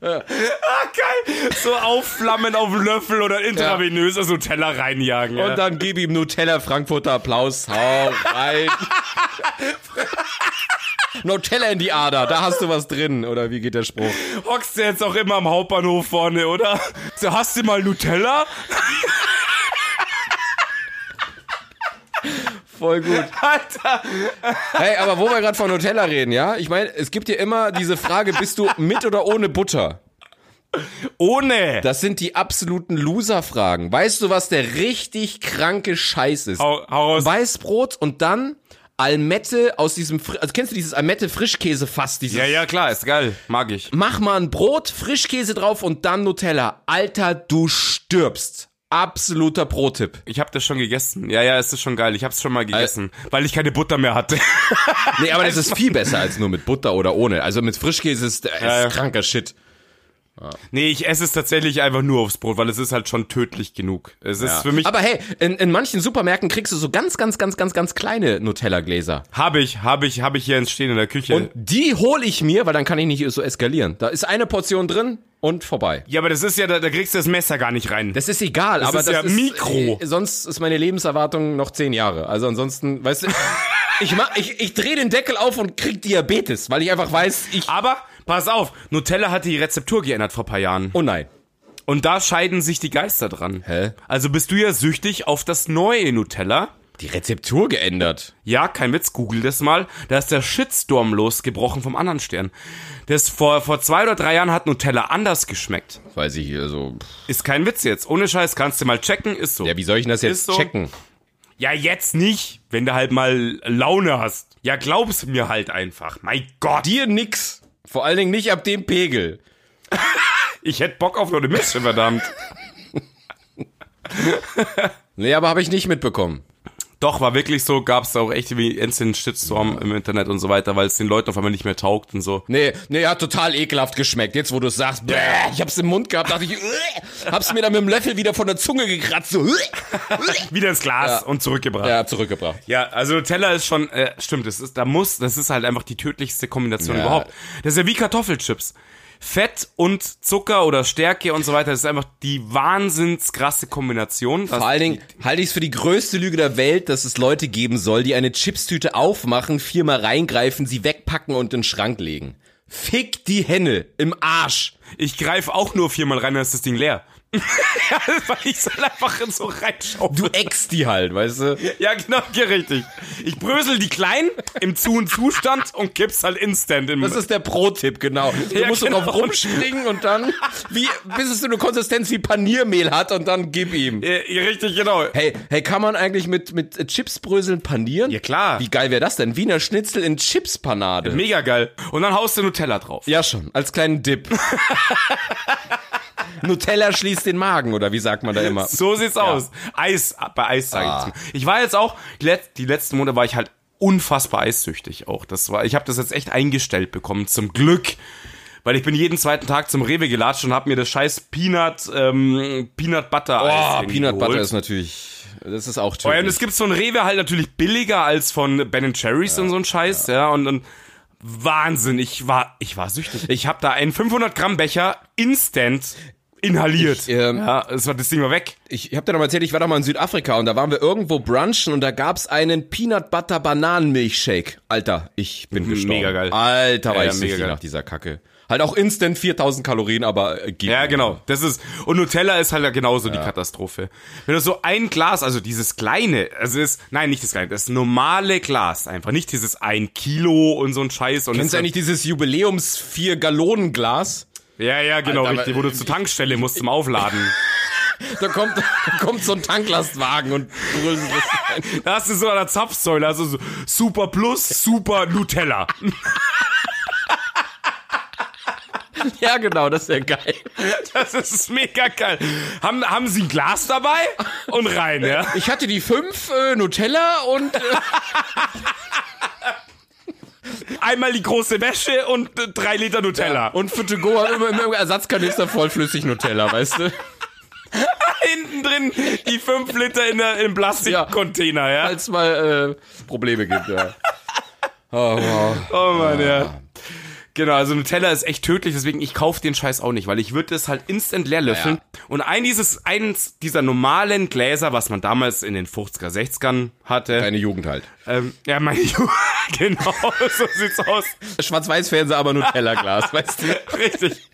ah, geil. So aufflammen auf den Löffel oder intravenös also Teller reinjagen.
Und dann gebe ihm Nutella Frankfurter Applaus. Hau rein. Nutella in die Ader, da hast du was drin, oder wie geht der Spruch?
ja. hockst du jetzt auch immer am Hauptbahnhof vorne, oder? So, hast du mal Nutella?
Voll gut.
Alter.
Hey, aber wo wir gerade von Nutella reden, ja? Ich meine, es gibt ja immer diese Frage, bist du mit oder ohne Butter?
Ohne.
Das sind die absoluten Loser-Fragen. Weißt du, was der richtig kranke Scheiß ist?
Hau, hau raus.
Weißbrot und dann Almette aus diesem, Fri- also kennst du dieses Almette Frischkäsefass? Dieses
Ja, ja, klar, ist geil. Mag ich.
Mach mal ein Brot, Frischkäse drauf und dann Nutella. Alter, du stirbst. Absoluter Pro-Tipp.
Ich habe das schon gegessen. Ja, ja, es ist schon geil. Ich habe es schon mal gegessen,
Äh.
weil ich keine Butter mehr hatte.
Nee, aber das ist viel besser als nur mit Butter oder ohne. Also mit Frischkäse ist, ist
ja.
kranker Shit.
nee, ich esse es tatsächlich einfach nur aufs Brot, weil es ist halt schon tödlich genug. Es ist für mich
Aber hey, in, in manchen Supermärkten kriegst du so ganz, ganz, ganz, ganz, ganz kleine Nutella-Gläser.
habe ich, habe ich, habe ich hier ins Stehen in der Küche.
Und die hole ich mir, weil dann kann ich nicht so eskalieren. Da ist eine Portion drin und vorbei.
ja, aber das ist ja, da, da kriegst du das Messer gar nicht rein.
Das ist egal, aber
ist
das
ja
ist
Mikro.
äh, sonst ist meine Lebenserwartung noch zehn Jahre. Also ansonsten, weißt du, ich mach, ich, ich drehe den Deckel auf und krieg Diabetes, weil ich einfach weiß, ich.
aber pass auf, Nutella hat die Rezeptur geändert vor paar Jahren.
Oh nein.
Und da scheiden sich die Geister dran.
Hä?
Also bist du ja süchtig auf das neue Nutella.
Die Rezeptur geändert.
Ja, kein Witz, google das mal. Da ist der Shitstorm losgebrochen vom anderen Stern. Das vor, vor zwei oder drei Jahren hat Nutella anders geschmeckt.
Weiß ich, also. pff.
Ist kein Witz jetzt. Ohne Scheiß kannst du mal checken, ist so.
Ja, wie soll ich denn das jetzt
Ist so.
checken?
Ja, jetzt nicht, wenn du halt mal Laune hast. Ja, glaub's mir halt einfach. Mein Gott.
Dir nix. Vor allen Dingen nicht ab dem Pegel.
Ich hätte Bock auf noch eine Mische, verdammt.
Nee, aber habe ich nicht mitbekommen.
Doch, war wirklich so, gab's da auch echt wie einzelnen Shitstorm im Internet und so weiter, weil es den Leuten auf einmal nicht mehr taugt und so.
Nee, nee, hat total ekelhaft geschmeckt. Jetzt, wo du es sagst, bäh, ich hab's im Mund gehabt, dachte ich, äh, hab's mir dann mit dem Löffel wieder von der Zunge gekratzt. So, äh, äh.
Wieder ins Glas und zurückgebracht.
ja, zurückgebracht.
Ja, also Nutella ist schon, äh, stimmt, das ist, da muss, das ist halt einfach die tödlichste Kombination
Ja.
überhaupt. Das ist ja wie Kartoffelchips. Fett und Zucker oder Stärke und so weiter, das ist einfach die wahnsinns krasse Kombination. Das-
Vor allen Dingen halte ich es für die größte Lüge der Welt, dass es Leute geben soll, die eine Chipstüte aufmachen, viermal reingreifen, sie wegpacken und in den Schrank legen. Fick die Henne im Arsch.
ich greife auch nur viermal rein, dann ist das Ding leer. ja, weil ich soll einfach so reinschauen.
Du eckst die halt, weißt du?
Ja, genau, ja, richtig. Ich brösel die klein im zu und Zustand und kipp's halt instant im
Das ist der Pro-Tipp, genau. Du
Ja,
musst
genau.
drauf rumspringen und dann, wie, bis es so eine Konsistenz wie Paniermehl hat und dann gib ihm.
Äh, ja, richtig, genau.
Hey, hey, kann man eigentlich mit, mit äh, Chipsbröseln panieren?
Ja, klar.
Wie geil wäre das denn? Wiener Schnitzel in Chipspanade.
Mega geil. Und dann haust du Nutella drauf.
Ja, schon. Als kleinen Dip. Nutella schließt den Magen, oder wie sagt man da immer?
So sieht's aus. Eis, bei Eis sage
Ah.
ich jetzt mal. Ich war jetzt auch, die let- die letzten Monate war ich halt unfassbar eissüchtig auch. Das war, ich habe das jetzt echt eingestellt bekommen, zum Glück. Weil ich bin jeden zweiten Tag zum Rewe gelatscht und habe mir das scheiß Peanut, ähm, Peanut Butter Eis
Oh,
irgendwie
Peanut
geholt.
Butter ist natürlich, das ist auch
Ja, und
tödlich.
es gibt von Rewe halt natürlich billiger als von Ben Cherries und so ein Scheiß, ja. und, und Wahnsinn, ich war, ich war süchtig. Ich habe da einen 500 Gramm Becher instant inhaliert.
Ich, ähm,
ja, das war das Ding war weg.
Ich hab dir noch mal erzählt, ich war doch mal in Südafrika und da waren wir irgendwo brunchen und da gab's einen Peanut Butter Bananenmilchshake. Alter, ich bin gestorben.
Mhm, mega geil.
Alter, war
Ja, ja,
ich
mega
süchtig
geil.
nach dieser Kacke. Halt auch instant 4000 Kalorien, aber äh, geht.
Ja, genau. Das ist und Nutella ist halt ja genauso die Katastrophe. Wenn du so ein Glas, also dieses kleine, also ist nein, nicht das kleine, das normale Glas einfach, nicht dieses ein Kilo und so ein Scheiß und
Kennst du
das-
eigentlich dieses Jubiläums 4 Gallonen Glas?
Ja, ja, genau,
Alter,
richtig,
aber- äh,
wo du zur Tankstelle musst zum Aufladen.
Da kommt, da kommt so ein Tanklastwagen und bröselt das rein.
Da hast du so an der Zapfsäule, also so Super Plus, Super Nutella.
Ja, genau, das wäre geil.
Das ist mega geil. Haben, haben sie ein Glas dabei? Und rein, ja.
Ich hatte die fünf äh, Nutella und äh,
Einmal die große Wäsche und äh, drei Liter Nutella. Und
und für To Go immer immer im Ersatzkanister vollflüssig Nutella, weißt du?
hinten drin die fünf Liter in der, im Plastikcontainer, ja.
Falls mal äh, Probleme gibt, ja. Oh, wow.
Oh Mann, ja. Genau, also Nutella ist echt tödlich, deswegen ich kaufe den Scheiß auch nicht, weil ich würde es halt instant leer löffeln. Und ein dieses, eins dieser normalen Gläser, was man damals in den 50er, 60ern hatte.
Deine Jugend halt.
Ähm, ja, meine Ju genau, so sieht's aus.
Schwarz-Weiß-Fernseher, aber Nutella-Glas, weißt du?
Richtig.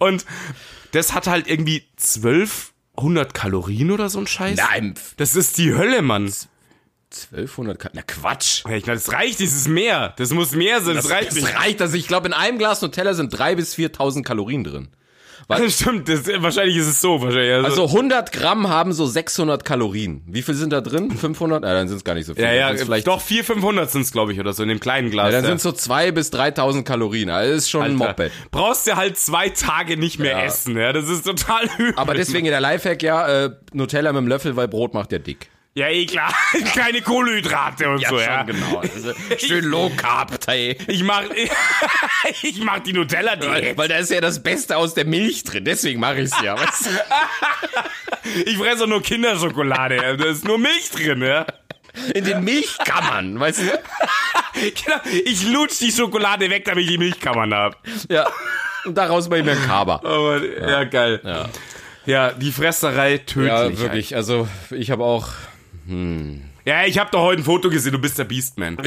Und das hat halt irgendwie 1200 Kalorien oder so ein Scheiß.
Nein,
Das ist die Hölle, Mann.
1200 Ka Na Quatsch.
Ja, ich meine, das reicht, dieses mehr. Das muss mehr sein, das, reicht
Das
nicht.
reicht, also ich glaube, in einem Glas Nutella sind 3.000 bis 4.000 Kalorien drin. Was?
Stimmt, das, wahrscheinlich ist es so. Wahrscheinlich. Also,
Also 100 Gramm haben so 600 Kalorien. Wie viel sind da drin? 500? Ja, dann sind es gar nicht so viel.
ja, ja,
Sind's vielleicht,
doch 400, 500 sind es, glaube ich, oder so, in dem kleinen Glas.
ja, dann
ja.
sind so 2 bis 3000 Kalorien. Also das ist schon ein
Alter,
Moped.
Brauchst du halt zwei Tage nicht mehr
Ja.
essen, ja. Das ist total übel.
Aber deswegen der Lifehack ja, äh, Nutella mit dem Löffel, weil Brot macht ja dick.
Ja, eh klar. Keine Kohlenhydrate und so, ja.
genau. Also schön Low Carb, ey.
Ich mach, ich mach die Nutella-Diät.
Weil da ist ja das Beste aus der Milch drin, deswegen mache ich es ja. Weißt du?
Ich fresse nur Kinderschokolade. ja. Da ist nur Milch drin, ja.
In den Milchkammern, weißt du?
Genau. Ich lutsch die Schokolade weg, damit ich die Milchkammern hab.
Ja. Und daraus mache ich mir einen Kaber.
Aber, ja. geil. Ja. die Fresserei tödlich.
Ja, wirklich. Also ich habe auch.
Ja, ich hab doch heute ein Foto gesehen, du bist der Beastman.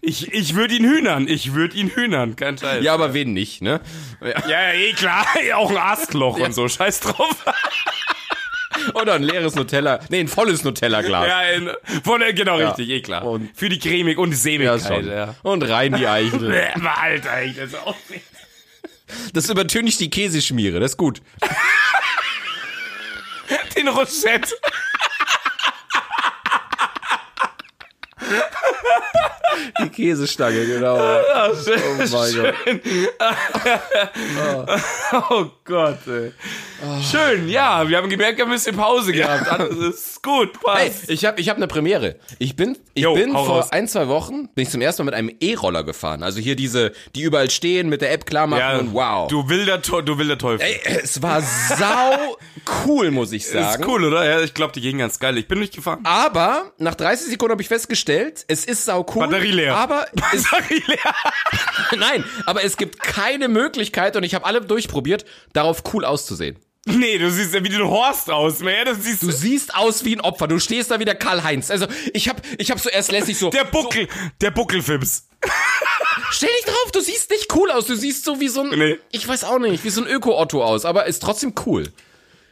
Ich, ich würde ihn hühnern, ich würde ihn hühnern, kein Scheiß.
Ja, aber wen nicht, ne? Ja.
ja, ja, eh klar, auch ein Astloch und so, scheiß drauf.
Oder ein leeres Nutella. Nee, ein volles Nutella-Glas.
Ja, in, von, genau richtig, eh klar.
Und-
Für die Cremig und die Sämigkeit, ja.
Und rein die Eichel.
Bäh, Alter, ey, das ist auch nicht.
Das übertüncht die Käseschmiere, das ist gut.
Den Rosette.
Die Käsestange, genau. Oh mein Gott.
Oh Gott, ey.
Ah.
Schön, ja, wir haben gemerkt, wir haben ein bisschen Pause gehabt. Das ist gut, passt.
Ey, ich habe ich hab eine Premiere. Ich bin, ich
Jo,
bin
hau
vor
raus.
ein, zwei Wochen bin ich zum ersten Mal mit einem E-Roller gefahren. Also hier diese, die überall stehen, mit der App klar machen
ja,
und wow.
Du wilder, Teu- du wilder Teufel.
Ey, es war sau cool, muss ich
Das
sagen.
Ist cool, oder? Ja, ich glaube, die gehen ganz geil. Ich bin nicht gefahren.
Aber nach 30 Sekunden habe ich festgestellt, es ist sau cool.
Batterie leer.
Aber es,
Sorry, Lea.
nein, aber es gibt keine Möglichkeit und ich habe alle durchprobiert, darauf cool auszusehen.
nee, du siehst ja wie den Horst aus, man. Das siehst
Du siehst aus wie ein Opfer. Du stehst da wie der Karl-Heinz. Also ich habe ich hab so erst lässig so.
der Buckel, der Buckelfips.
Stell dich drauf, du siehst nicht cool aus. Du siehst so wie so ein,
Nee.
ich weiß auch nicht, wie so ein Öko-Otto aus, aber ist trotzdem cool.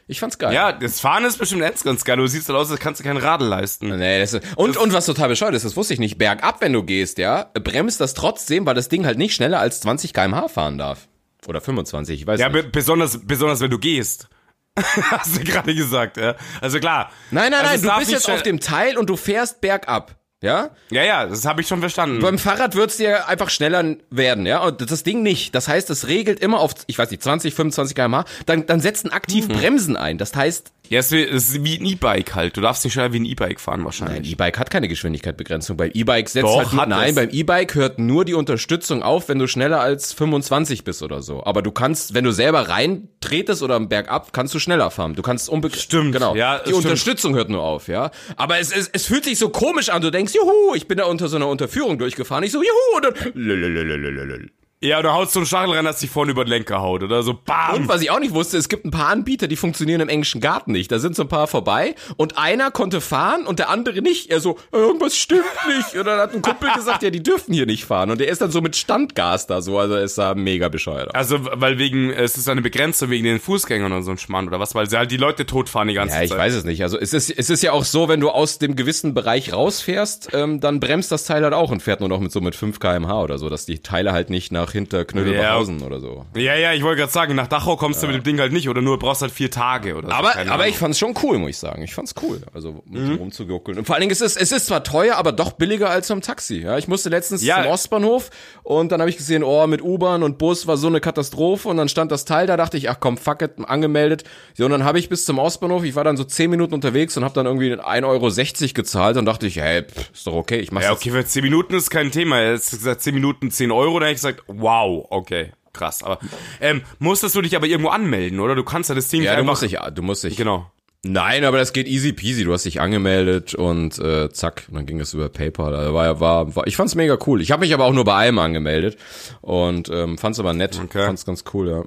Ich fand's geil.
Ja, das Fahren ist bestimmt ernst ganz geil. Du siehst halt aus, als kannst du kein Radl leisten.
Nee, das ist, und, und was total bescheuert ist, das wusste ich nicht, bergab, wenn du gehst, ja, bremst das trotzdem, weil das Ding halt nicht schneller als 20 kmh fahren darf. Oder 25, ich weiß
Ja, be
nicht.
besonders, besonders wenn du gehst. Hast du gerade gesagt, ja. Also klar.
Nein, nein,
also
nein,
es
du
darf
bist
nicht
jetzt auf
schnell-
dem Teil und du fährst bergab, ja?
Ja, ja, das habe ich schon verstanden.
Beim Fahrrad wird's dir einfach schneller werden, ja? Und das Ding nicht. Das heißt, es regelt immer auf, ich weiß nicht, 20, 25 kmh. Dann, dann setzen aktiv
Mhm.
Bremsen ein. Das heißt,
Ja, es ist wie- es ist wie ein E-Bike halt. Du darfst nicht schneller wie ein E-Bike fahren
Ein
wahrscheinlich.
E-Bike hat keine Geschwindigkeitbegrenzung. Beim E-Bike setzt
Doch,
halt nur,
hat
nein,
es.
beim E-Bike hört nur die Unterstützung auf, wenn du schneller als 25 bist oder so. Aber du kannst, wenn du selber reintretest oder bergab, kannst du schneller fahren. Du kannst unbegrenzt.
Stimmt,
genau.
ja,
die
stimmt.
Unterstützung hört nur auf, ja. Aber es, es, es fühlt sich so komisch an. Du denkst, juhu, ich bin da unter so einer Unterführung durchgefahren. Ich so, juhu, und dann. lulululululul.
ja, du haust so einen Stachel rein, dass dich vorne über den Lenker haut oder so. Bam.
Und was ich auch nicht wusste, es gibt ein paar Anbieter, die funktionieren im englischen Garten nicht. Da sind so ein paar vorbei und einer konnte fahren und der andere nicht. Er so, "Äh, irgendwas stimmt nicht. Und dann hat ein Kumpel gesagt, ja, die dürfen hier nicht fahren. Und der ist dann so mit Standgas da so. Also es sah mega bescheuert aus.
Also, weil wegen, es ist eine Begrenzung wegen den Fußgängern oder so ein Schmarrn oder was, weil sie halt die Leute totfahren die ganze
Ja, ich
Zeit.
weiß es nicht. Also es ist, es ist ja auch so, wenn du aus dem gewissen Bereich rausfährst, ähm, dann bremst das Teil halt auch und fährt nur noch mit so mit 5 kmh oder so, dass die Teile halt nicht nach hinter Knödelhausen oder so.
Ja, ja, ich wollte gerade sagen, nach Dachau kommst du mit dem Ding halt nicht oder nur brauchst halt vier Tage oder so.
Aber,
keine
aber
Ahnung. Mhm.
ich fand's schon cool, muss ich sagen. Ich fand's cool, also mit so rumzuguckeln. Und vor allen Dingen, es ist, es ist zwar teuer, aber doch billiger als so ein Taxi. Ja, ich musste letztens
Ja.
zum Ostbahnhof und dann habe ich gesehen, oh, mit U-Bahn und Bus war so eine Katastrophe und dann stand das Teil da, dachte ich, ach komm, fuck it, angemeldet. Ja, und dann habe ich bis zum Ostbahnhof, ich war dann so 10 Minuten unterwegs und habe dann irgendwie 1,60 Euro gezahlt und dachte ich, hey, pff, ist doch okay, ich mach's
Ja,
jetzt.
okay, für zehn Minuten ist kein Thema. Jetzt hast du gesagt, zehn Minuten, zehn Euro, dann hätte ich gesagt, wow, okay, krass. Aber, ähm, musstest du dich aber irgendwo anmelden, oder? Du kannst ja das Ding
Ja,
nicht
du
einfach...
musst dich, du musst dich.
Genau.
Nein, aber das geht easy peasy. Du hast dich angemeldet und äh, zack, und dann ging es über PayPal. Also war, war, war, ich fand's mega cool. Ich habe mich aber auch nur bei einem angemeldet und ähm, fand's aber nett.
Okay.
Fand's ganz cool, ja.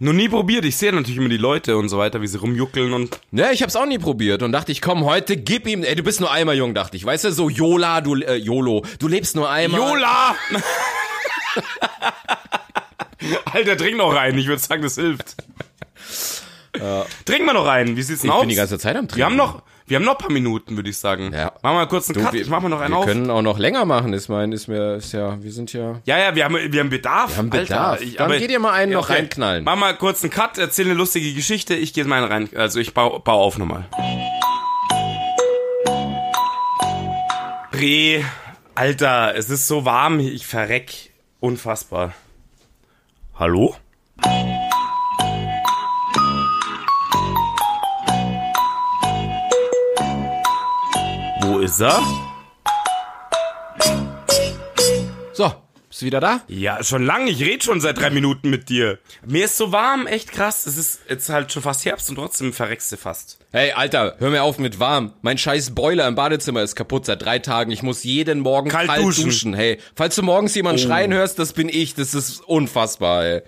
Noch nie probiert. Ich sehe natürlich immer die Leute und so weiter, wie sie rumjuckeln und...
Ja, Ne, ich hab's auch nie probiert und dachte, ich komm heute, gib ihm. Ey, du bist nur einmal jung, dachte ich. Weißt du, so Yola, du äh, Yolo, du lebst nur einmal.
Jola! Alter, trink noch rein. Ich würde sagen, das hilft. Trink mal noch rein. Wie sieht's denn
Ich
aus?
bin die ganze Zeit am Trinken.
wir haben noch, Wir haben noch ein paar Minuten, würde ich sagen.
Ja.
Machen wir mal kurz einen Cut.
wir-
ich mach mal noch einen
wir
auf.
können auch noch länger machen. Ich meine, ist mir, ist ja, wir sind ja.
Ja, ja, wir haben, wir haben Bedarf. Wir
haben Bedarf. Dann geht ihr mal einen noch reinknallen.
Mach mal kurz einen Cut, erzähl eine lustige Geschichte. Ich gehe mal rein. Also ich baue bau auf nochmal. Bre, Alter, es ist so warm. hier. Ich verreck. Unfassbar. Hallo? Wo ist er?
So, ist wieder da?
Ja, schon lange. Ich rede schon seit drei Minuten mit dir. Mir ist so warm, echt krass. Es ist jetzt halt schon fast Herbst und trotzdem verreckst du fast.
Hey, Alter, hör mir auf mit warm. Mein scheiß Boiler im Badezimmer ist kaputt seit drei Tagen. Ich muss jeden Morgen
Kalt
kalt,
duschen.
duschen. Oh. Hey, falls du morgens jemanden schreien hörst, das bin ich. Das ist unfassbar, ey.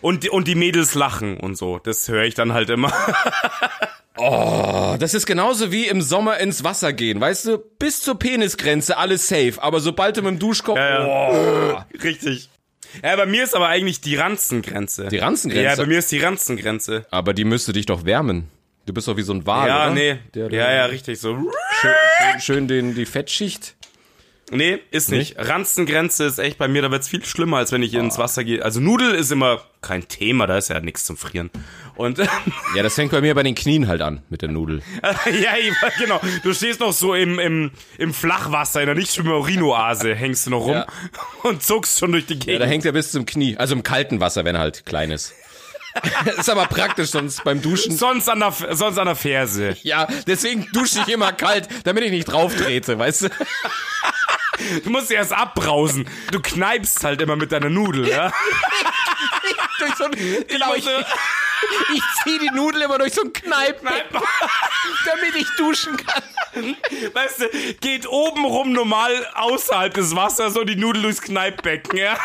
Und, die- und die Mädels lachen und so. Das höre ich dann halt immer.
Oh, das ist genauso wie im Sommer ins Wasser gehen. Weißt du, bis zur Penisgrenze alles safe. Aber sobald du mit dem Duschkopf... Oh.
Richtig. Ja, bei mir ist aber eigentlich die Ranzengrenze.
Die Ranzengrenze?
Ja, bei mir ist die Ranzengrenze.
Aber die müsste dich doch wärmen. Du bist doch wie so ein Wal,
ja,
oder?
nee.
Der, der
ja, ja, richtig so.
Schön, schön, schön den, die Fettschicht.
Nee, ist nicht. Ranzengrenze ist echt bei mir, da wird's viel schlimmer, als wenn ich ins Wasser gehe. Also Nudel ist immer kein Thema, da ist ja nichts zum Frieren. Und
Ja, das fängt bei mir bei den Knien halt an mit der Nudel.
ja, ja, genau. Du stehst noch so im, im, im Flachwasser, in der nicht Schwimmerinoase, hängst du noch rum
Ja.
und zuckst schon durch die
Ja, da
Gegend.
hängt er bis zum Knie. Also im kalten Wasser, wenn er halt klein ist. ist aber praktisch, sonst beim Duschen.
sonst, an der, F- sonst an der Ferse.
Ja, deswegen dusche ich immer kalt, damit ich nicht drauf trete, weißt du?
Du musst sie erst abbrausen. Du kneipst halt immer mit deiner Nudel, ja?
Durch so ein, genau,
Ich
ich,
muss, äh,
ich zieh die Nudel immer durch so ein Kneipen,
kneip-
damit ich duschen kann.
Weißt du, geht oben rum normal außerhalb des Wassers und die Nudel durchs Kneipbecken, ja?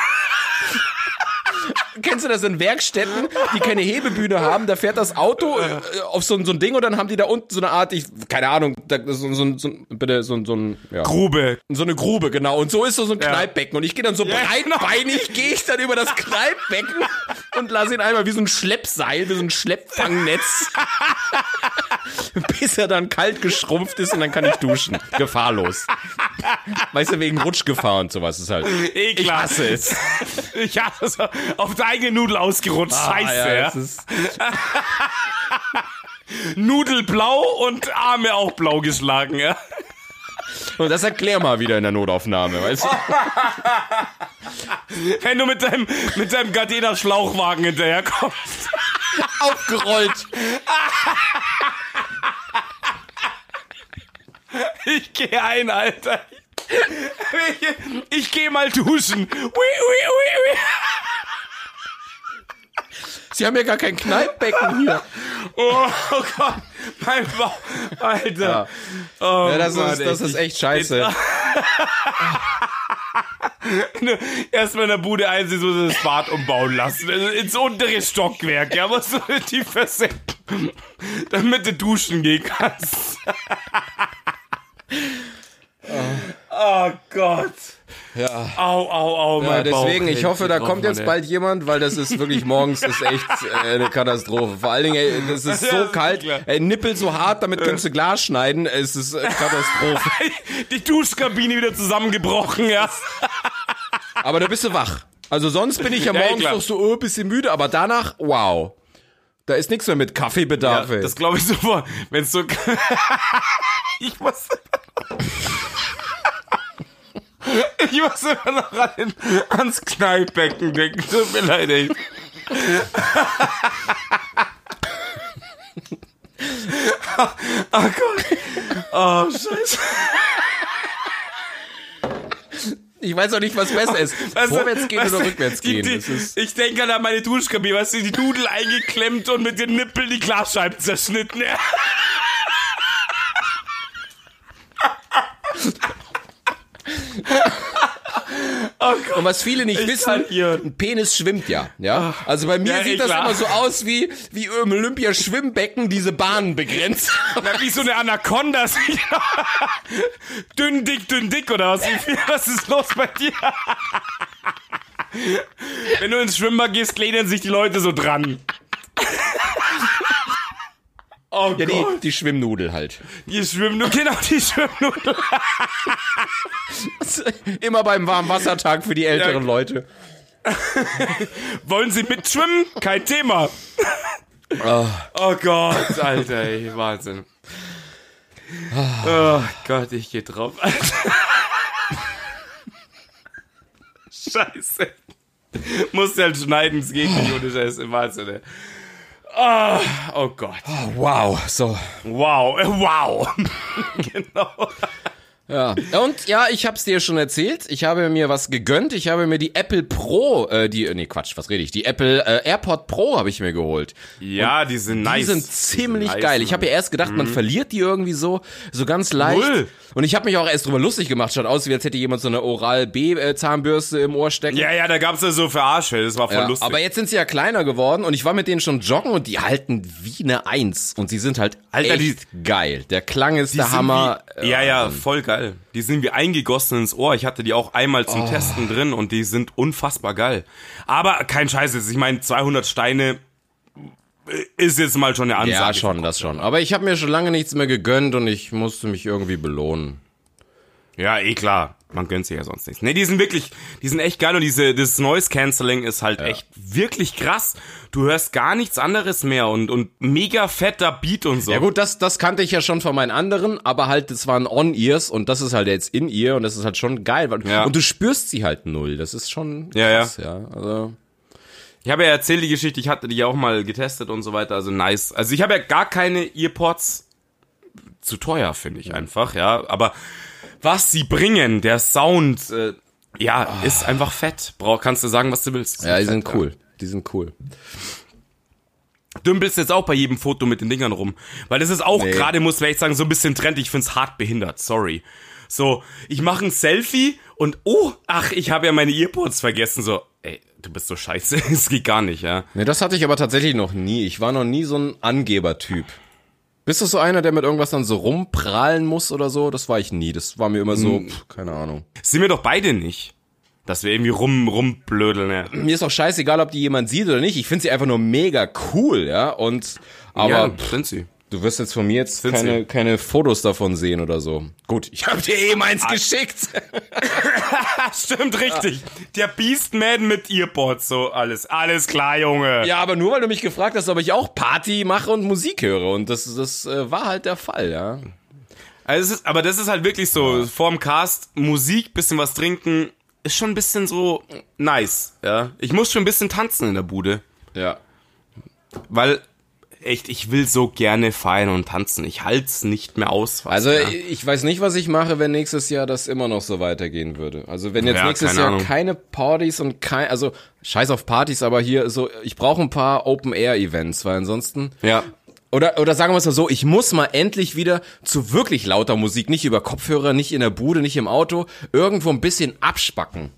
Kennst du das in Werkstätten, die keine Hebebühne haben? Da fährt das Auto äh, auf so ein, so ein Ding und dann haben die da unten so eine Art, ich, keine Ahnung, da, so, ein- so, ein- so, ein- bitte, so, ein- so ein, ja.
Grube.
So eine Grube, genau. Und so ist so so ein Kneippbecken. Und ich gehe dann so
genau.
breitbeinig, gehe ich dann über das Kneippbecken und lasse ihn einmal wie so ein Schleppseil, wie so ein Schleppfangnetz. Bis er dann kalt geschrumpft ist und dann kann ich duschen. Gefahrlos. Weißt du, wegen Rutschgefahr und sowas ist halt.
Eh
Ich
klar.
hasse es.
Ich hasse es. Auf deine eigene Nudel ausgerutscht. Scheiße, ja.
Ah, das ist-
Nudel blau und Arme auch blau geschlagen, ja?
Und das erklär mal wieder in der Notaufnahme, weißt du?
Wenn du mit deinem, mit deinem Gardena Schlauchwagen hinterherkommst. Oh.
Aufgerollt.
Ich gehe ein, Alter. Ich, ich gehe mal duschen. Ui, ui, ui,
Sie haben ja gar kein Kneippbecken hier.
ui. Oh, oh Gott. Mein Bauch. Alter. Oh,
Ja, das,
Mann,
ist, das
ey.
ist echt scheiße.
Erstmal in der Bude einsehen, so das Bad umbauen lassen. Also Ins untere Stockwerk. Ja, musst du tief versenken. Damit du duschen gehen kannst. Oh, Gott.
Ah. Ja.
Au, au, au,
Ja,
mein Bauch.
Äh, deswegen, ich
Ey,
hoffe, da
drauf,
kommt
Mann,
jetzt
ey.
bald jemand, weil das ist wirklich morgens ist echt äh, eine Katastrophe. Vor allen Dingen, ey, das ist
Ja,
so
das ist
kalt,
klar.
ey, Nippel so hart, damit könntest du Glas schneiden. Es ist äh, Katastrophe.
Die Duschkabine wieder zusammengebrochen, ja.
aber da bist du wach. Also sonst bin ich ja
Ja,
morgens
klar.
noch so äh, bisschen müde, aber danach, wow. Da ist nichts mehr mit Kaffeebedarf. ey.
Das glaube ich sofort. Wenn's so. ich muss. ich muss immer noch an den, ans Kneippbecken denken. Tut mir leid, ey. oh Gott. Oh, Scheiße.
ich weiß auch nicht, was besser ist.
Weißt du,
Vorwärts gehen
weißt
oder
du,
rückwärts
die-
gehen.
die-
Das ist,
ich denke halt an meine Duschkabine, weißt du, die Nudel eingeklemmt und mit den Nippeln die Glasscheiben zerschnitten. Ja. Oh Gott.
und was viele nicht wissen,
kann hier-
ein Penis schwimmt ja. ja? Also bei mir
Ja, eh,
sieht das
klar.
immer so aus, wie, wie im Olympiaschwimmbecken diese Bahnen begrenzt.
Na, wie so eine Anaconda. dünn, dick, dünn, dick oder was? Wie viel, was ist los bei dir? Wenn du ins Schwimmbad gehst, lehnen sich die Leute so dran. Oh
Ja, die,
Gott.
die Schwimmnudel halt.
Die Schwimmnudel, genau, die Schwimmnudel.
Immer beim Warmwassertag für die älteren
Ja.
Leute.
Wollen Sie mitschwimmen? Kein Thema.
Ah.
Oh Gott, Alter, ey, Wahnsinn. Oh Gott, ich geh drauf, Alter. Scheiße. Musst halt schneiden, es geht nicht ohne Scheiße, Wahnsinn, ey. Oh, oh Gott.
Oh, wow, so.
Wow, äh, wow. genau.
Ja. Und ja, ich hab's dir schon erzählt. Ich habe mir was gegönnt. Ich habe mir die Apple Pro, äh, die, nee, Quatsch, was rede ich? Die Apple äh, AirPod Pro habe ich mir geholt.
Ja, die sind
Die
nice.
sind ziemlich
nice,
geil. Ich habe ja erst gedacht, man verliert die irgendwie so, so ganz leicht.
Null.
Und ich habe mich auch erst drüber lustig gemacht. Schaut aus, wie als hätte jemand so eine Oral-B-Zahnbürste im Ohr stecken.
Ja, ja, da gab's ja so Verarsche, das war voll
Ja,
lustig.
aber jetzt sind sie ja kleiner geworden und ich war mit denen schon joggen und die halten wie eine Eins und sie sind halt
Alter,
echt geil. Der Klang ist der
sind
Hammer. ähm,
Wie, ja, ja, voll geil. Die sind wie eingegossen ins Ohr. Ich hatte die auch einmal
Oh.
zum Testen drin und die sind unfassbar geil. Aber kein Scheiß jetzt. Ich meine, 200 Steine äh, ist jetzt mal schon eine Ansage.
Ja, schon, das schon. Aber ich habe mir schon lange nichts mehr gegönnt und ich musste mich irgendwie belohnen.
Ja, eh klar. Man gönnt sich ja sonst nichts. Nee, die sind wirklich, die sind echt geil und diese, das Noise Cancelling ist halt echt wirklich krass. Du hörst gar nichts anderes mehr und, und mega fetter Beat und so.
Ja gut, das, das kannte ich ja schon von meinen anderen, aber halt, das waren On-Ears und das ist halt jetzt In-Ear und das ist halt schon geil. weil-
Ja.
Und du spürst sie halt null. Das ist schon
Ja, ja.
krass, ja. Also,
Ich habe ja erzählt die Geschichte, ich hatte die ja auch mal getestet und so weiter, also nice. Also ich habe ja gar keine Earpods. Zu teuer, finde ich einfach, ja. Aber was sie bringen, der Sound, äh, ja, ist einfach fett. Brauch, kannst du sagen, was du willst.
Ah. ja, die sind cool. Die sind cool.
Dümpelst jetzt auch bei jedem Foto mit den Dingern rum. Weil das ist auch
Nee.
gerade, muss ich echt sagen, so ein bisschen Trend. Ich find's hart behindert, sorry. So, ich mache ein Selfie und oh, ach, ich habe ja meine Earpods vergessen. So, ey, du bist so scheiße. Es geht gar nicht, ja.
Ne, das hatte ich aber tatsächlich noch nie. Ich war noch nie so ein Angebertyp. Bist du so einer, der mit irgendwas dann so rumprahlen muss oder so? Das war ich nie. Das war mir immer so, pf, keine Ahnung.
Sind wir doch beide nicht. Dass wir irgendwie rum, rumblödeln, ja.
Mir ist auch scheißegal, ob die jemand sieht oder nicht. Ich finde sie einfach nur mega cool, ja. Und aber
ja,
pf,
sind sie.
du wirst jetzt von mir jetzt
Sind sie.
keine, keine Fotos davon sehen oder so. Gut, ich habe dir eben eins geschickt.
Stimmt, richtig. Der Beastman mit Earpods, so alles. Alles klar, Junge.
Ja, aber nur weil du mich gefragt hast, ob ich auch Party mache und Musik höre. Und das, das äh, war halt der Fall, ja.
Also es ist, aber das ist halt wirklich so, vorm Cast, Musik, bisschen was trinken, ist schon ein bisschen so nice, ja. Ich muss schon ein bisschen tanzen in der Bude,
Ja.
weil echt, ich will so gerne feiern und tanzen. Ich halt's nicht mehr aus. was,
Also
ja.
ich- ich weiß nicht, was ich mache, wenn nächstes Jahr das immer noch so weitergehen würde. Also wenn jetzt
Ja,
nächstes
keine
Jahr
Ahnung.
keine Partys und kein, also scheiß auf Partys, aber hier so, ich brauche ein paar Open-Air-Events, weil ansonsten.
ja.
Oder, oder sagen wir es mal so, ich muss mal endlich wieder zu wirklich lauter Musik, nicht über Kopfhörer, nicht in der Bude, nicht im Auto, irgendwo ein bisschen abspacken.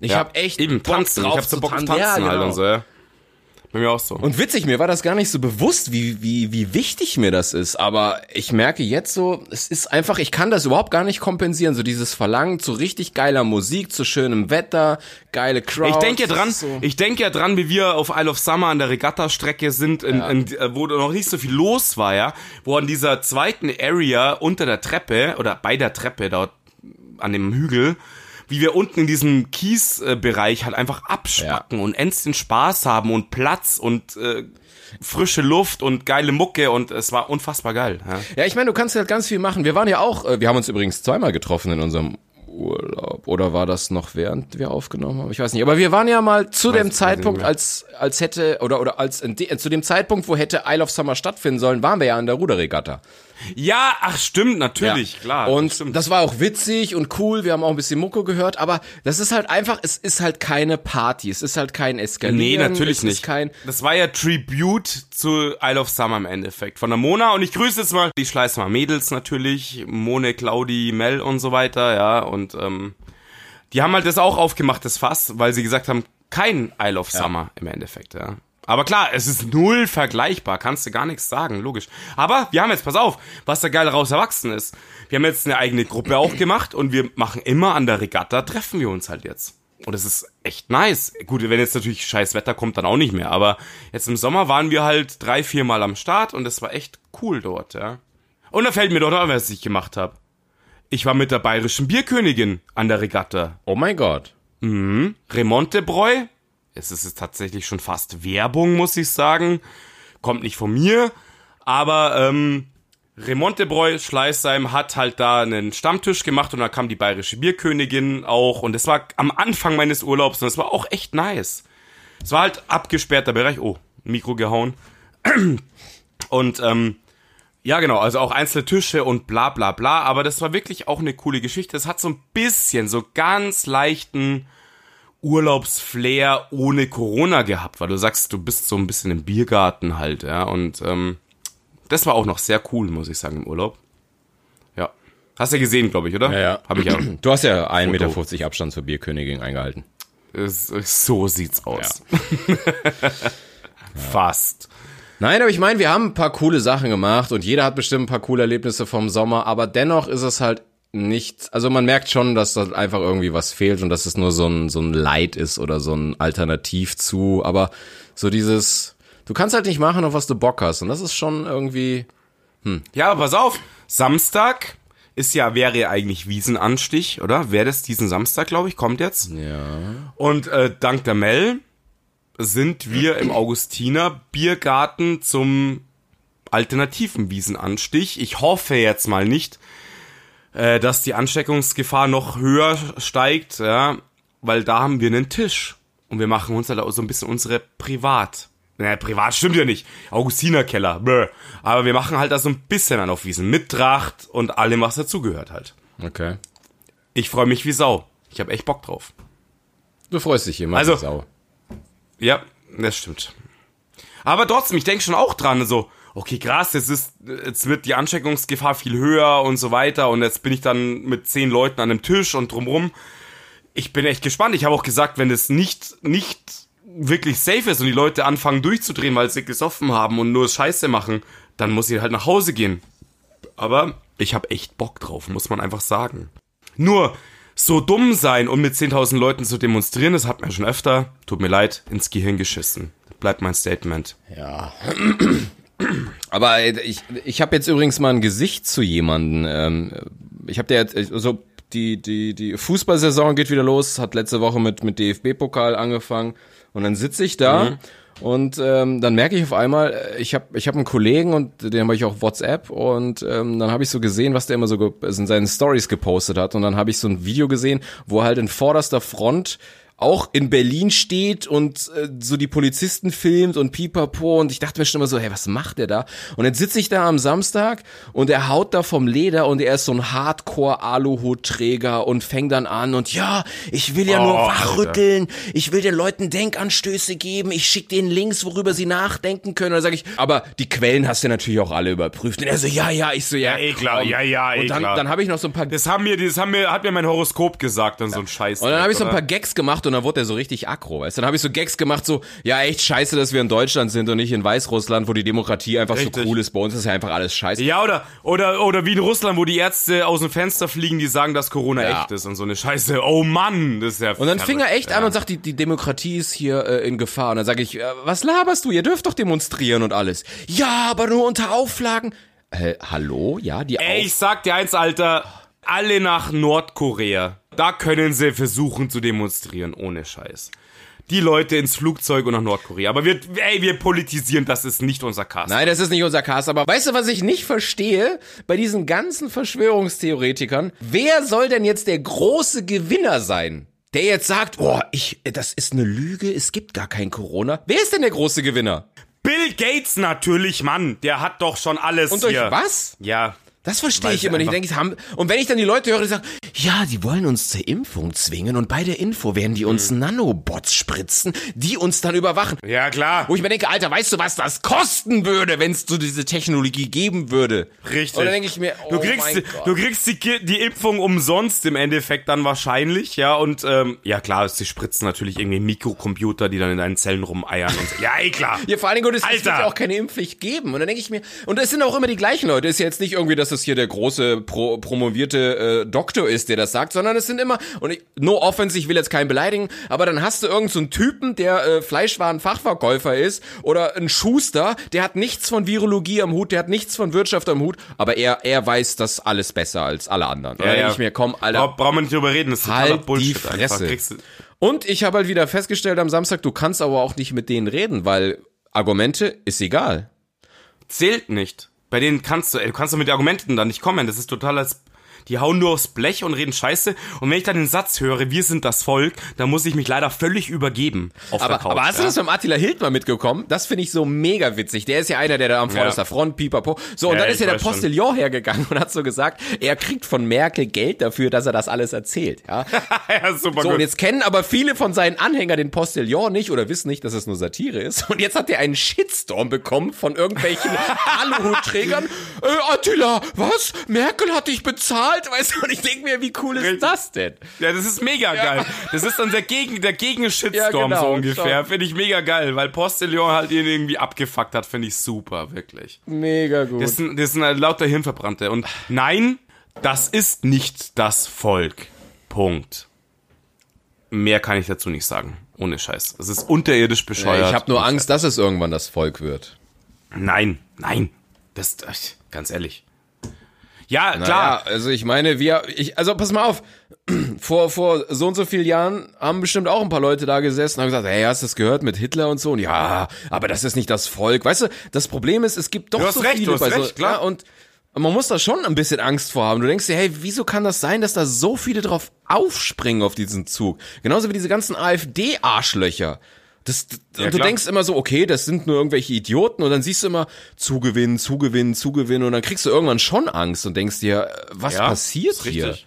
Ich
ja.
hab habe echt
eben
Bock
tanzen.
drauf
ich hab so
zu
Bock auf
tanzen.
tanzen
Ja,
halt
genau.
und so, ja. Bei mir auch so.
Und witzig, mir war das gar nicht so bewusst, wie, wie, wie wichtig mir das ist. Aber ich merke jetzt so, es ist einfach, ich kann das überhaupt gar nicht kompensieren. So dieses Verlangen zu richtig geiler Musik, zu schönem Wetter, geile Crowd.
Ich denke ja
Das
dran,
ist So.
ich denke ja dran, wie wir auf Isle of Summer an der Regatta-Strecke sind, in, in, äh, wo noch nicht so viel los war, ja, wo an dieser zweiten Area unter der Treppe oder bei der Treppe dort an dem Hügel, wie wir unten in diesem Kiesbereich halt einfach abspacken und endst den Spaß haben und Platz und äh, frische Luft und geile Mucke und es war unfassbar geil. Ja.
Ja, ich meine, du kannst halt ganz viel machen. Wir waren ja auch, äh, wir haben uns übrigens zweimal getroffen in unserem Urlaub. Oder war das noch während wir aufgenommen haben? Ich weiß nicht. Aber wir waren ja mal zu dem
weiß ich
Zeitpunkt,
nicht mehr.
als, als hätte, oder, oder als, in de, zu dem Zeitpunkt, wo hätte Isle of Summer stattfinden sollen, waren wir ja an der Ruderregatta.
ja, ach stimmt, natürlich,
Ja.
klar.
Und das,
stimmt.
war auch witzig und cool. Wir haben auch ein bisschen Mucke gehört, aber das ist halt einfach, es ist halt keine Party. Es ist halt kein Eskalieren.
Nee, natürlich
es
nicht.
Ist kein,
das war ja Tribute zu Isle of Summer im Endeffekt von der Mona. Und ich grüße jetzt mal die Schleißmer Mädels natürlich, Mone, Claudi, Mel und so weiter, ja. Und ähm, die haben halt das auch aufgemacht, das Fass, weil sie gesagt haben, kein Isle of Summer im Endeffekt, ja. Aber klar, es ist null vergleichbar, kannst du gar nichts sagen, logisch. Aber wir haben jetzt, pass auf, was da geil raus erwachsen ist. Wir haben jetzt eine eigene Gruppe auch gemacht und wir machen immer an der Regatta, treffen wir uns halt jetzt. Und es ist echt nice. Gut, wenn jetzt natürlich scheiß Wetter kommt, dann auch nicht mehr. Aber jetzt im Sommer waren wir halt drei, vier Mal am Start und es war echt cool dort, ja. Und da fällt mir doch noch, was ich gemacht habe. Ich war mit der bayerischen Bierkönigin an der Regatta.
Oh mein Gott.
Remontebräu. Es ist jetzt tatsächlich schon fast Werbung, muss ich sagen. Kommt nicht von mir. Aber ähm, Remontebräu Schleißheim hat halt da einen Stammtisch gemacht und da kam die bayerische Bierkönigin auch. Und es war am Anfang meines Urlaubs und es war auch echt nice. Es war halt abgesperrter Bereich. Oh, Mikro gehauen. Und ähm, ja, genau, also auch einzelne Tische und bla bla bla. Aber das war wirklich auch eine coole Geschichte. Es hat so ein bisschen, so ganz leichten Urlaubsflair ohne Corona gehabt, weil du sagst, du bist so ein bisschen im Biergarten halt, ja. Und ähm, das war auch noch sehr cool, muss ich sagen, im Urlaub. Ja. Hast du gesehen, glaube ich, oder?
Ja, ja.
Habe ich ja.
Du hast ja 1,50 Meter Abstand zur Bierkönigin eingehalten.
Es- So sieht's aus. Fast.
Nein, aber ich meine, wir haben ein paar coole Sachen gemacht und jeder hat bestimmt ein paar coole Erlebnisse vom Sommer, aber dennoch ist es halt nichts. Also man merkt schon, dass da einfach irgendwie was fehlt und dass es nur so ein, so ein Leid ist oder so ein Alternativ zu, aber so dieses, du kannst halt nicht machen, auf was du Bock hast und das ist schon irgendwie,
Ja, aber pass auf. Samstag ist ja, wäre eigentlich Wiesenanstich, oder? Wäre das diesen Samstag, glaube ich, kommt jetzt.
ja.
Und äh, dank der Mel sind wir im Augustiner Biergarten zum alternativen Wiesenanstich. Ich hoffe jetzt mal nicht, äh, dass die Ansteckungsgefahr noch höher steigt, ja, weil da haben wir einen Tisch und wir machen uns halt auch so ein bisschen unsere Privat. Naja, privat stimmt ja nicht. Augustinerkeller. Bäh. Aber wir machen halt da so ein bisschen an auf Wiesen. Mit Tracht und allem, was dazugehört halt.
Okay.
Ich freue mich wie Sau. Ich habe echt Bock drauf.
Du freust dich immer.
Also-
wie Sau.
Ja, das stimmt. Aber trotzdem, ich denke schon auch dran, so, okay, krass, jetzt ist, jetzt wird die Ansteckungsgefahr viel höher und so weiter und jetzt bin ich dann mit zehn Leuten an einem Tisch und drumrum. Ich bin echt gespannt. Ich habe auch gesagt, wenn es nicht, nicht wirklich safe ist und die Leute anfangen durchzudrehen, weil sie gesoffen haben und nur Scheiße machen, dann muss ich halt nach Hause gehen. Aber ich habe echt Bock drauf, muss man einfach sagen. Nur so dumm sein und mit 10.000 Leuten zu demonstrieren, das hat mir schon öfter, tut mir leid, ins Gehirn geschissen. Bleibt mein Statement.
Ja. Aber ich, ich habe jetzt übrigens mal ein Gesicht zu jemanden. ähm, Ich habe der also die die die Fußballsaison geht wieder los. Hat letzte Woche mit mit DFB-Pokal angefangen und dann sitze ich da. Und ähm, dann merke ich auf einmal, äh, ich habe ich hab einen Kollegen und den habe ich auch WhatsApp und ähm, dann habe ich so gesehen, was der immer so ge also in seinen Stories gepostet hat und dann habe ich so ein Video gesehen, wo er halt in vorderster Front auch in Berlin steht und äh, so die Polizisten filmt und pipapo und ich dachte mir schon immer so, hey, was macht der da? Und jetzt sitze ich da am Samstag und er haut da vom Leder und er ist so ein Hardcore-Aluhutträger und fängt dann an und ja, ich will ja nur
Oh,
wachrütteln, ich will den Leuten Denkanstöße geben, ich schicke denen Links, worüber sie nachdenken können. Und dann sage ich, aber die Quellen hast du natürlich auch alle überprüft. Und er so, ja, ja, ich so, ja,
eh klar,
komm.
ja, ja, eh
Und dann,
klar.
dann habe ich noch so ein paar
Das haben mir, das haben mir, hat mir mein Horoskop gesagt, dann so ein Scheiß.
und dann habe ich so ein
oder?
paar Gags gemacht und dann wurde er so richtig aggro. Weißt? du. Dann habe ich so Gags gemacht, so, ja, echt scheiße, dass wir in Deutschland sind und nicht in Weißrussland, wo die Demokratie einfach
Richtig.
so cool ist. Bei uns ist ja einfach alles scheiße.
Ja, oder, oder, oder wie in Russland, wo die Ärzte aus dem Fenster fliegen, die sagen, dass Corona
Ja.
echt ist und so eine Scheiße. Oh Mann, das ist ja.
Und dann fing er echt an und sagt, die, die Demokratie ist hier äh, in Gefahr. Und dann sage ich, äh, was laberst du? Ihr dürft doch demonstrieren und alles. Ja, aber nur unter Auflagen. Äh, hallo? Ja, die
Ey, ich sag dir eins, Alter, alle nach Nordkorea. Da können sie versuchen zu demonstrieren, ohne Scheiß. Die Leute ins Flugzeug und nach Nordkorea. Aber wir, ey, wir politisieren, das ist nicht unser Cast.
Nein, das ist nicht unser Cast, aber weißt du, was ich nicht verstehe bei diesen ganzen Verschwörungstheoretikern? Wer soll denn jetzt der große Gewinner sein? Der jetzt sagt, oh, ich, das ist eine Lüge, es gibt gar kein Corona. Wer ist denn der große Gewinner?
Bill Gates natürlich, Mann. Der hat doch schon alles
Und durch
hier.
was?
Ja.
Das verstehe
Weil
ich
sie
immer nicht. Ich
einfach-
denke, haben, und wenn ich dann die Leute höre, die sagen, ja, die wollen uns zur Impfung zwingen und bei der Info werden die uns
Mhm.
Nanobots spritzen, die uns dann überwachen.
Ja, klar.
Wo ich mir denke, Alter, weißt du, was das kosten würde, wenn es so diese Technologie geben würde?
Richtig.
Und dann denke ich mir, oh
du kriegst,
mein Gott.
du kriegst die, Ki- die Impfung umsonst im Endeffekt dann wahrscheinlich, ja. Und ähm, ja klar, sie spritzen natürlich irgendwie Mikrocomputer, die dann in deinen Zellen rumeiern und so. Ja, eh klar.
Ja, vor allen Dingen, und es es wird
Alter!
ja auch keine Impfpflicht geben. Und dann denke ich mir, und es sind auch immer die gleichen Leute. Ist ja jetzt nicht irgendwie, dass das hier der große pro, promovierte äh, Doktor ist, dir das sagt, sondern es sind immer, und ich, no offense, ich will jetzt keinen beleidigen, aber dann hast du irgendeinen so einen Typen, der äh, Fleischwaren-Fachverkäufer ist oder ein Schuster, der hat nichts von Virologie am Hut, der hat nichts von Wirtschaft am Hut, aber er, er weiß das alles besser als alle anderen. Ja, ja. ich mir, komm, Alter,
Bra brauchen wir nicht drüber reden, das ist totaler
halt die
Bullshit einfach.
Fresse.
Kriegst du-
Und ich habe halt wieder festgestellt am Samstag, du kannst aber auch nicht mit denen reden, weil Argumente ist egal.
zählt nicht. Bei denen kannst du, ey, du kannst doch mit Argumenten da nicht kommen. Das ist total als, die hauen nur aufs Blech und reden Scheiße. Und wenn ich dann den Satz höre, wir sind das Volk, dann muss ich mich leider völlig übergeben. Auf der
Aber,
Couch,
aber hast du
ja.
das vom Attila Hildmann mitgekommen? Das finde ich so mega witzig. Der ist ja einer, der da am vorderster Front, pipapo. So, und
Ja,
dann ist
ich
ja der
weiß schon.
Postillon hergegangen und hat so gesagt, er kriegt von Merkel Geld dafür, dass er das alles erzählt. Ja?
ja, super
So,
gut.
und jetzt kennen aber viele von seinen Anhängern den Postillon nicht oder wissen nicht, dass es nur Satire ist. Und jetzt hat er einen Shitstorm bekommen von irgendwelchen Aluhutträgern. Äh, Attila, was? Merkel hat dich bezahlt? Weißt du, und ich denke mir, wie cool ist das denn?
ja, das ist mega geil. Das ist dann der Gegen, der Gegen-Shitstorm
Ja, genau,
so ungefähr.
schon.
Finde ich mega geil, weil Postillon halt ihn irgendwie abgefuckt hat, finde ich super, wirklich.
Mega gut.
Das sind, das sind halt lauter Hirnverbrannte. Und nein, das ist nicht das Volk. Punkt. Mehr kann ich dazu nicht sagen. Ohne Scheiß. Es ist unterirdisch bescheuert.
ich habe nur Angst, dass es irgendwann das Volk wird.
Nein, nein. Das, ach, ganz ehrlich. Ja,
Klar,
klar.
also ich meine, wir, ich, also pass mal auf, vor, vor so und so vielen Jahren haben bestimmt auch ein paar Leute da gesessen und haben gesagt, hey, hast du das gehört mit Hitler und so? Und ja, aber das ist nicht das Volk. Weißt du, das Problem ist, es gibt doch
Du hast
so
recht,
viele
du hast
bei so,
recht, klar.
Ja, und man muss da schon ein bisschen Angst vor haben. Du denkst dir, hey, wieso kann das sein, dass da so viele drauf aufspringen auf diesen Zug? Genauso wie diese ganzen AfD-Arschlöcher. Das, und du
klar.
denkst immer so, okay, das sind nur irgendwelche Idioten und dann siehst du immer zugewinnen, zugewinnen, zugewinnen und dann kriegst du irgendwann schon Angst und denkst dir, äh, was
Ja,
passiert
ist
hier?
richtig.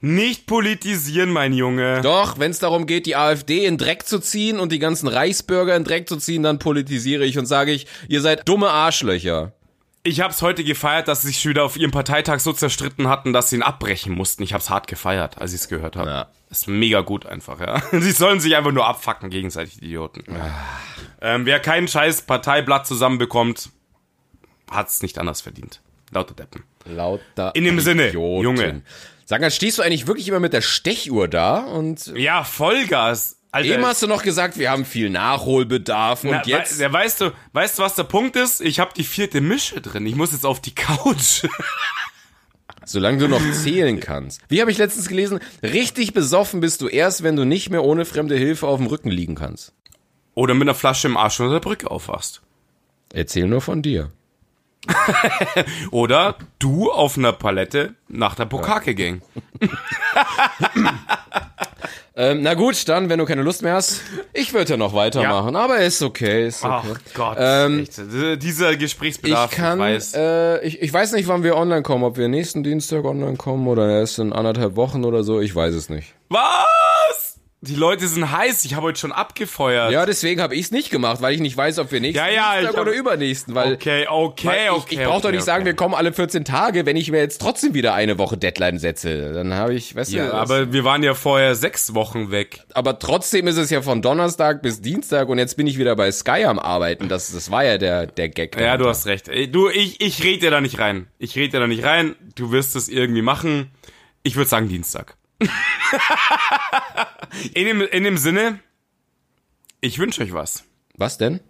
Nicht politisieren, mein Junge.
Doch, wenn es darum geht, die AfD in Dreck zu ziehen und die ganzen Reichsbürger in Dreck zu ziehen, dann politisiere ich und sage ich, ihr seid dumme Arschlöcher.
Ich hab's heute gefeiert, dass sie sich wieder auf ihrem Parteitag so zerstritten hatten, dass sie ihn abbrechen mussten. Ich hab's hart gefeiert, als ich's gehört habe.
Ja.
Ist mega gut einfach, ja. Sie sollen sich einfach nur abfacken gegenseitig, die Idioten. Ähm, wer keinen scheiß Parteiblatt zusammenbekommt, hat's nicht anders verdient. Lauter Deppen.
Lauter
In dem Sinne,
Idioten.
Junge.
Sag mal, stehst du eigentlich wirklich immer mit der Stechuhr da und
Ja, Vollgas. Alter,
eben hast du noch gesagt, wir haben viel Nachholbedarf und
na,
jetzt
wei- ja, weißt du, weißt du, was der Punkt ist? Ich habe die vierte Mische drin. Ich muss jetzt auf die Couch.
Solange du noch zählen kannst. Wie habe ich letztens gelesen? Richtig besoffen bist du erst, wenn du nicht mehr ohne fremde Hilfe auf dem Rücken liegen kannst.
Oder mit einer Flasche im Arsch unter der Brücke aufwachst.
Erzähl nur von dir.
Oder du auf einer Palette nach der Bukake Gang.
Ähm, na gut, dann, wenn du keine Lust mehr hast, ich würde ja noch weitermachen, aber ist okay, ist okay.
Gott,
Ähm,
echt, d- dieser Gesprächsbedarf.
ich kann,
ich weiß.
Äh, ich, ich weiß nicht, wann wir online kommen, ob wir nächsten Dienstag online kommen oder erst in anderthalb Wochen oder so, ich weiß es nicht.
Was? Die Leute sind heiß. Ich habe heute schon abgefeuert.
Ja, deswegen habe ich es nicht gemacht, weil ich nicht weiß, ob wir nächsten
Ja, ja, ich
Dienstag
hab-
oder übernächsten, weil
Okay, okay,
Weil
okay.
ich ich brauche
okay,
doch nicht
okay.
sagen, wir kommen alle 14 Tage, wenn ich mir jetzt trotzdem wieder eine Woche Deadline setze. Dann habe ich, weißt du,
Ja,
das-
aber wir waren ja vorher sechs Wochen weg.
aber trotzdem ist es ja von Donnerstag bis Dienstag und jetzt bin ich wieder bei Sky am Arbeiten. Das, das war ja der, der Gag.
Ja, du hast recht. Ey, Du, ich, ich red dir da nicht rein. Ich red dir da nicht rein. Du wirst es irgendwie machen. Ich würde sagen Dienstag. in, dem, in dem Sinne, ich wünsche euch was.
Was denn?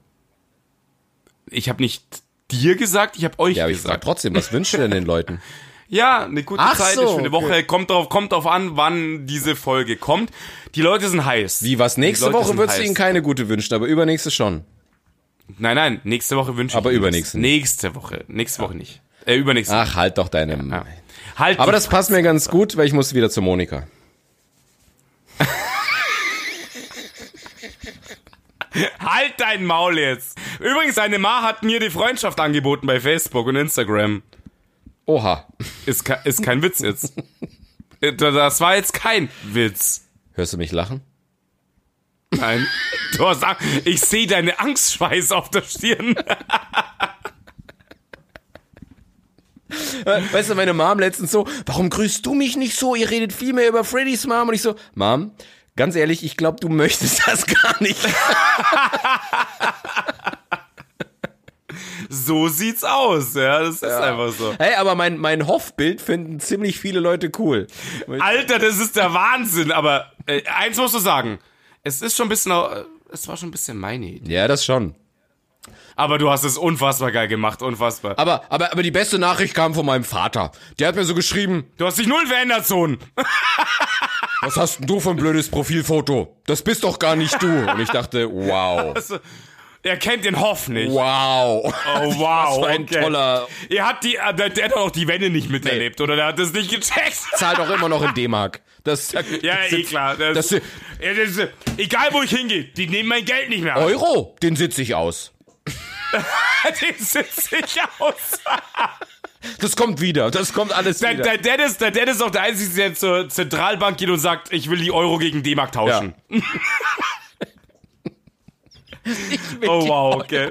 ich habe nicht dir gesagt, ich habe euch
Ja, aber ich frage
gesagt.
trotzdem, was wünschst du denn den Leuten?
ja, eine gute
Ach
Zeit
so,
ist für eine
okay.
Woche. Kommt drauf, kommt drauf an, wann diese Folge kommt. Die Leute sind heiß.
Wie, was?
Die
Nächste
Leute
Woche
sind
würdest du
heiß.
ihnen keine gute wünschen, aber übernächste schon.
Nein, nein. Nächste Woche wünsche ich.
Aber
ihnen das.
übernächste nicht.
Nächste Woche. Nächste Woche nicht. Äh, übernächste.
Ach, halt doch deine.
Ja. Halt.
Aber
die
das passt mir ganz gut, weil ich muss wieder zu Monika.
Halt dein Maul jetzt. Übrigens, eine Ma hat mir die Freundschaft angeboten bei Facebook und Instagram.
Oha.
Ist, ke ist kein Witz jetzt. Äh, Das war jetzt kein Witz.
Hörst du mich lachen?
Nein. Du hast, Ang- ich sehe deine Angstschweiß auf der Stirn.
Weißt du, meine Mom letztens so, warum grüßt du mich nicht so? Ihr redet viel mehr über Freddys Mom. Und ich so, Mom, ganz ehrlich, ich glaube, du möchtest das gar nicht.
so sieht's aus. Ja, das ist einfach so.
Hey, aber mein, mein Hoff-Bild finden ziemlich viele Leute cool.
Alter, das ist der Wahnsinn. Aber äh, eins musst du sagen. Es ist schon ein bisschen, äh, es war schon ein bisschen meine Idee.
Ja, das schon.
Aber du hast es unfassbar geil gemacht, unfassbar.
Aber, aber, aber die beste Nachricht kam von meinem Vater. Der hat mir so geschrieben,
Du hast dich null verändert, Sohn.
was hast denn du für ein blödes Profilfoto? Das bist doch gar nicht du. Und ich dachte, wow,
Er kennt den Hoff nicht.
wow.
Oh, wow.
Was für ein
okay.
toller-
Er hat die, äh, der, der hat auch die Wende nicht miterlebt, oder? Der hat das nicht gecheckt.
Zahlt auch immer noch in D-Mark. Das,
Ja,
das
eh
sitzt-
klar.
Das, si-
ja, das ist, egal, wo ich hingehe, die nehmen mein Geld nicht
Oh.
mehr. an.
Euro, den sitze ich aus.
Den sitze ich aus.
Das kommt wieder, das kommt alles
Der,
wieder.
der, Dad ist, der Dad ist auch der Einzige, der zur Zentralbank geht und sagt, ich will die Euro gegen D-Mark tauschen. Oh, wow, okay.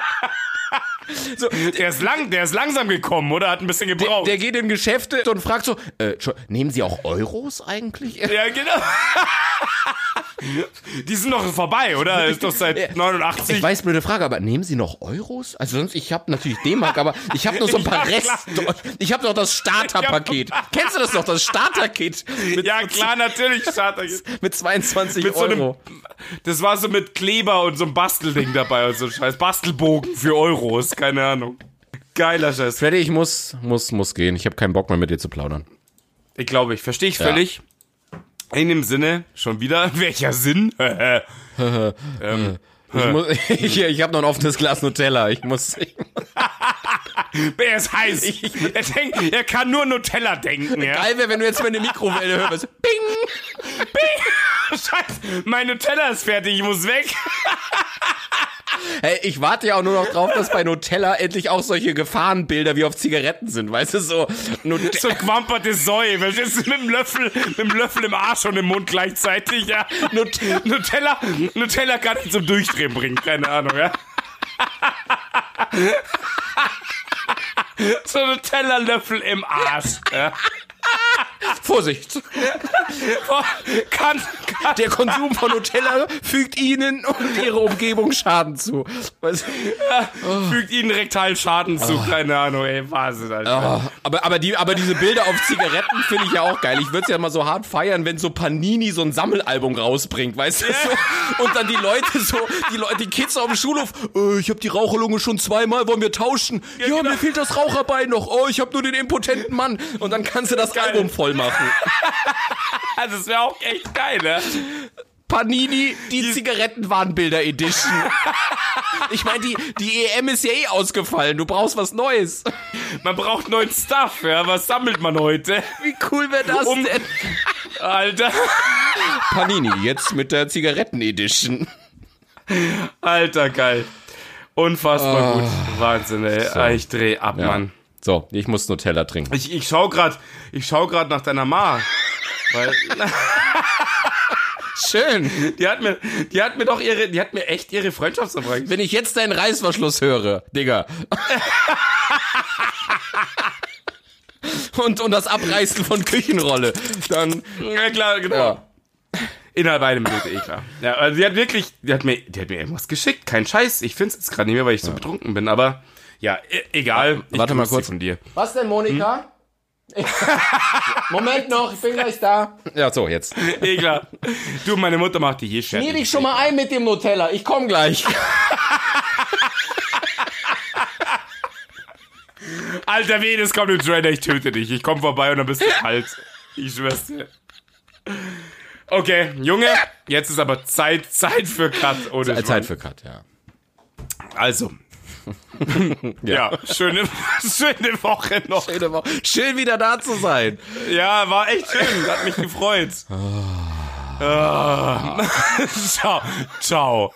so,
Der, ist lang, der ist langsam gekommen, oder? Hat ein bisschen gebraucht.
der geht in Geschäfte und fragt so, äh, Entschu- nehmen Sie auch Euros eigentlich?
ja, genau. die sind doch vorbei, oder? Ist doch seit 89.
Ich weiß, blöde Frage, aber nehmen Sie noch Euros? Also sonst, ich habe natürlich D-Mark, aber ich habe nur so ein paar
Ja,
Rest.
klar.
Ich habe noch das Starterpaket. Kennst du das noch, das Starterkit? Mit,
ja, klar, natürlich, Schade.
mit 22
Mit so
Euro.
einem, das war so mit Kleber und so einem Bastelding dabei und so Scheiß. Bastelbogen für Euros, keine Ahnung. Geiler Scheiß.
Freddy, ich muss, muss, muss gehen. Ich habe keinen Bock mehr mit dir zu plaudern.
Ich glaube, ich verstehe ich völlig. In dem Sinne, schon wieder, welcher Sinn?
Ich, muss, ich, ich habe noch ein offenes Glas Nutella. Ich muss. Ich,
Wer ist heiß? er, denkt, er kann nur Nutella denken, ja?
geil wäre, wenn du jetzt mal eine Mikrowelle hörst. Bing!
Scheiße, mein Nutella ist fertig, ich muss weg.
Hey, ich warte ja auch nur noch drauf, dass bei Nutella endlich auch solche Gefahrenbilder wie auf Zigaretten sind. Weißt du, so. Nute-
So quamperte Säue, verstehst du, mit dem Löffel, mit dem Löffel im Arsch und im Mund gleichzeitig, ja? Nut Nutella, Nutella kann ich zum Durchdrehen bringen, keine Ahnung, ja? So Nutella-Löffel im Arsch. Ja.
Vorsicht!
Boah, Kann, kann,
Der Konsum von Nutella fügt Ihnen und Ihrer Umgebung Schaden zu. Weißt du?
fügt ihnen rektal Schaden zu, keine Ahnung, ey, Wahnsinn, Alter.
Ah, aber, aber, die, aber diese Bilder auf Zigaretten finde ich ja auch geil. Ich würde es ja mal so hart feiern, wenn so Panini so ein Sammelalbum rausbringt, weißt du? So, und dann die Leute so, die Leute, die Kids auf dem Schulhof, äh, ich habe die Raucherlunge schon zweimal, wollen wir tauschen? Ja, genau. mir fehlt das Raucherbein noch. Oh, ich habe nur den impotenten Mann. Und dann kannst du das Album voll machen.
Also, das wäre auch echt geil, ne?
Panini, die Zigarettenwarnbilder Edition. Ich meine, die, die EM ist ja eh ausgefallen. Du brauchst was Neues.
Man braucht neuen Stuff, ja? Was sammelt man heute?
Wie cool wäre das
Um-
denn?
Alter.
Panini, jetzt mit der Zigaretten-Edition.
Alter, geil.
Ah.
Unfassbar gut. Wahnsinn, ey. Ah, Ich dreh ab, Mann.
So, ich muss Nutella trinken.
Ich, ich schau grad, ich schau grad nach deiner Ma. Weil,
Schön.
die hat mir, die hat mir doch ihre, die hat mir echt ihre Freundschaftsanfrage.
Wenn ich jetzt deinen Reißverschluss höre, Digga. Und, und das Abreißen von Küchenrolle. Dann.
Ja, klar, genau.
Ja.
Innerhalb einer Minute, eh klar. Ja, also die hat wirklich, die hat mir, die hat mir irgendwas geschickt. Kein Scheiß. Ich find's jetzt gerade nicht mehr, weil ich so betrunken bin, aber, ja, e- egal. Ich
Warte mal
grüß sie
kurz.
Von dir.
Was denn, Monika? Moment noch, ich bin gleich da. Hm? Ja, so, jetzt.
Eh klar. Du, meine Mutter macht die hier
Schmier
Scherze.
dich schon mal ein mit dem Nutella. Ich komm gleich.
Alter, weh, das kommt im Trailer, ich töte dich. Ich komm vorbei und dann bist du kalt. Ich schwör's dir. Okay, Junge, jetzt ist aber Zeit, Zeit für Cut. Ohne Schmarrn.
Zeit für Cut, ja.
Also. ja, schöne, schöne Woche noch.
Schön wieder da zu sein.
Ja, war echt schön, hat mich gefreut. Ah. Ciao, ciao.